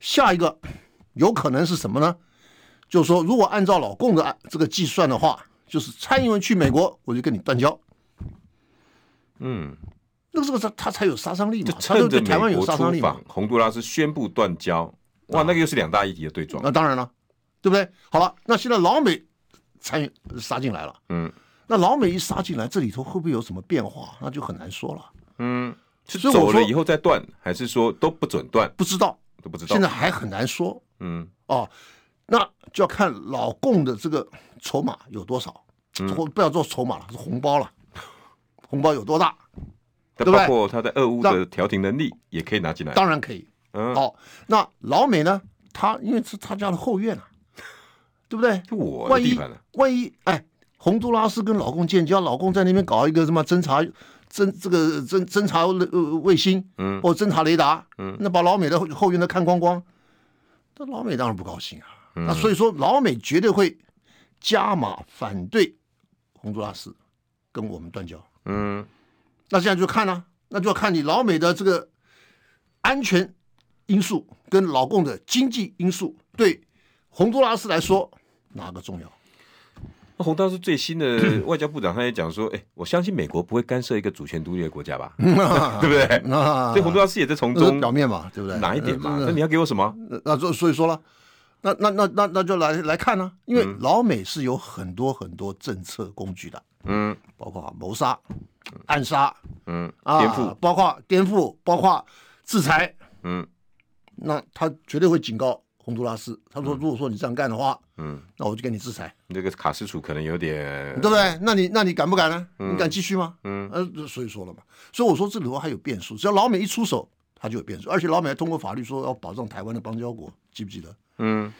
S2: 下一个有可能是什么呢？就是说，如果按照老共的按这个计算的话，就是蔡英文去美国，我就跟你断交。
S1: 嗯，
S2: 那个时候他他才有杀伤力嘛，啊他
S1: 趁
S2: 对
S1: 着
S2: 对
S1: 美
S2: 台湾有
S1: 国
S2: 杀伤
S1: 出
S2: 力嘛。啊
S1: 访，洪都拉斯宣布断交，哇，那个又是两大议题的对撞
S2: 那、，当然了，对不对？好了，那现在老美参与杀进来了，
S1: 嗯
S2: 那老美一杀进来，这里头会不会有什么变化？那就很难说了，
S1: 嗯，是
S2: 所以我
S1: 走了
S2: 说
S1: 以后再断，还是说都不准断
S2: 不知道，
S1: 都不知道
S2: 现在，还很难说
S1: 嗯
S2: 哦。那就要看老共的这个筹码有多少，
S1: 嗯
S2: 或不要做筹码了，是红包了，红包有多大？
S1: 但
S2: 对不对
S1: 包括他在俄乌的调停能力也可以拿进来。
S2: 当然可以。
S1: 哎嗯
S2: 好，那老美呢？他因为是他家的后院啊，对不对？
S1: 这我的
S2: 万
S1: 地
S2: 一
S1: 盘呢？
S2: 万一哎，洪都拉斯跟老公建交，老公在那边搞一个什么侦察侦这个侦侦察呃卫星，
S1: 嗯
S2: 或侦察雷达，
S1: 嗯，
S2: 那把老美的后后院都看光光，那老美当然不高兴啊。
S1: 嗯
S2: 那所以说，老美绝对会加码反对洪都拉斯跟我们断交。
S1: 嗯，
S2: 那这样就看呢、那就要看你老美的这个安全因素跟老共的经济因素对洪都拉斯来说哪个重要？
S1: 那洪大是最新的外交部长，他也讲说，哎，我相信美国不会干涉一个主权独立的国家吧， 对不对？
S2: 嗯 那
S1: 所以洪都拉斯也在从
S2: 这是
S1: 中
S2: 啊表嗯面嘛，对不对？
S1: 拿一点嘛。
S2: 那
S1: 那你要给我什么？
S2: 那那就所以说了，那那那那那就来来看呢、
S1: 嗯
S2: 因为老美是有很多很多政策工具的，
S1: 嗯
S2: 包括啊谋杀、暗杀
S1: 嗯，
S2: 啊，
S1: 颠覆，
S2: 包括颠覆，包括制裁，
S1: 嗯
S2: 那他绝对会警告洪都拉斯。他说，如果说你这样干的话，
S1: 嗯，
S2: 那我就给你制裁，
S1: 那个卡斯楚可能有点
S2: 对不对？那你那你敢不敢呢？你敢继续吗？
S1: 嗯，
S2: 呃，所以说了嘛，所以我说这里头还有变数，只要老美一出手，他就有变数，而且老美还通过法律说要保障台湾的邦交国，记不记得？
S1: 嗯。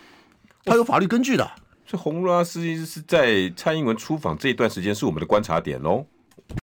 S2: 他有法律根据的。
S1: 所以洪都拉斯是在蔡英文出访这一段时间是我们的观察点喽。哦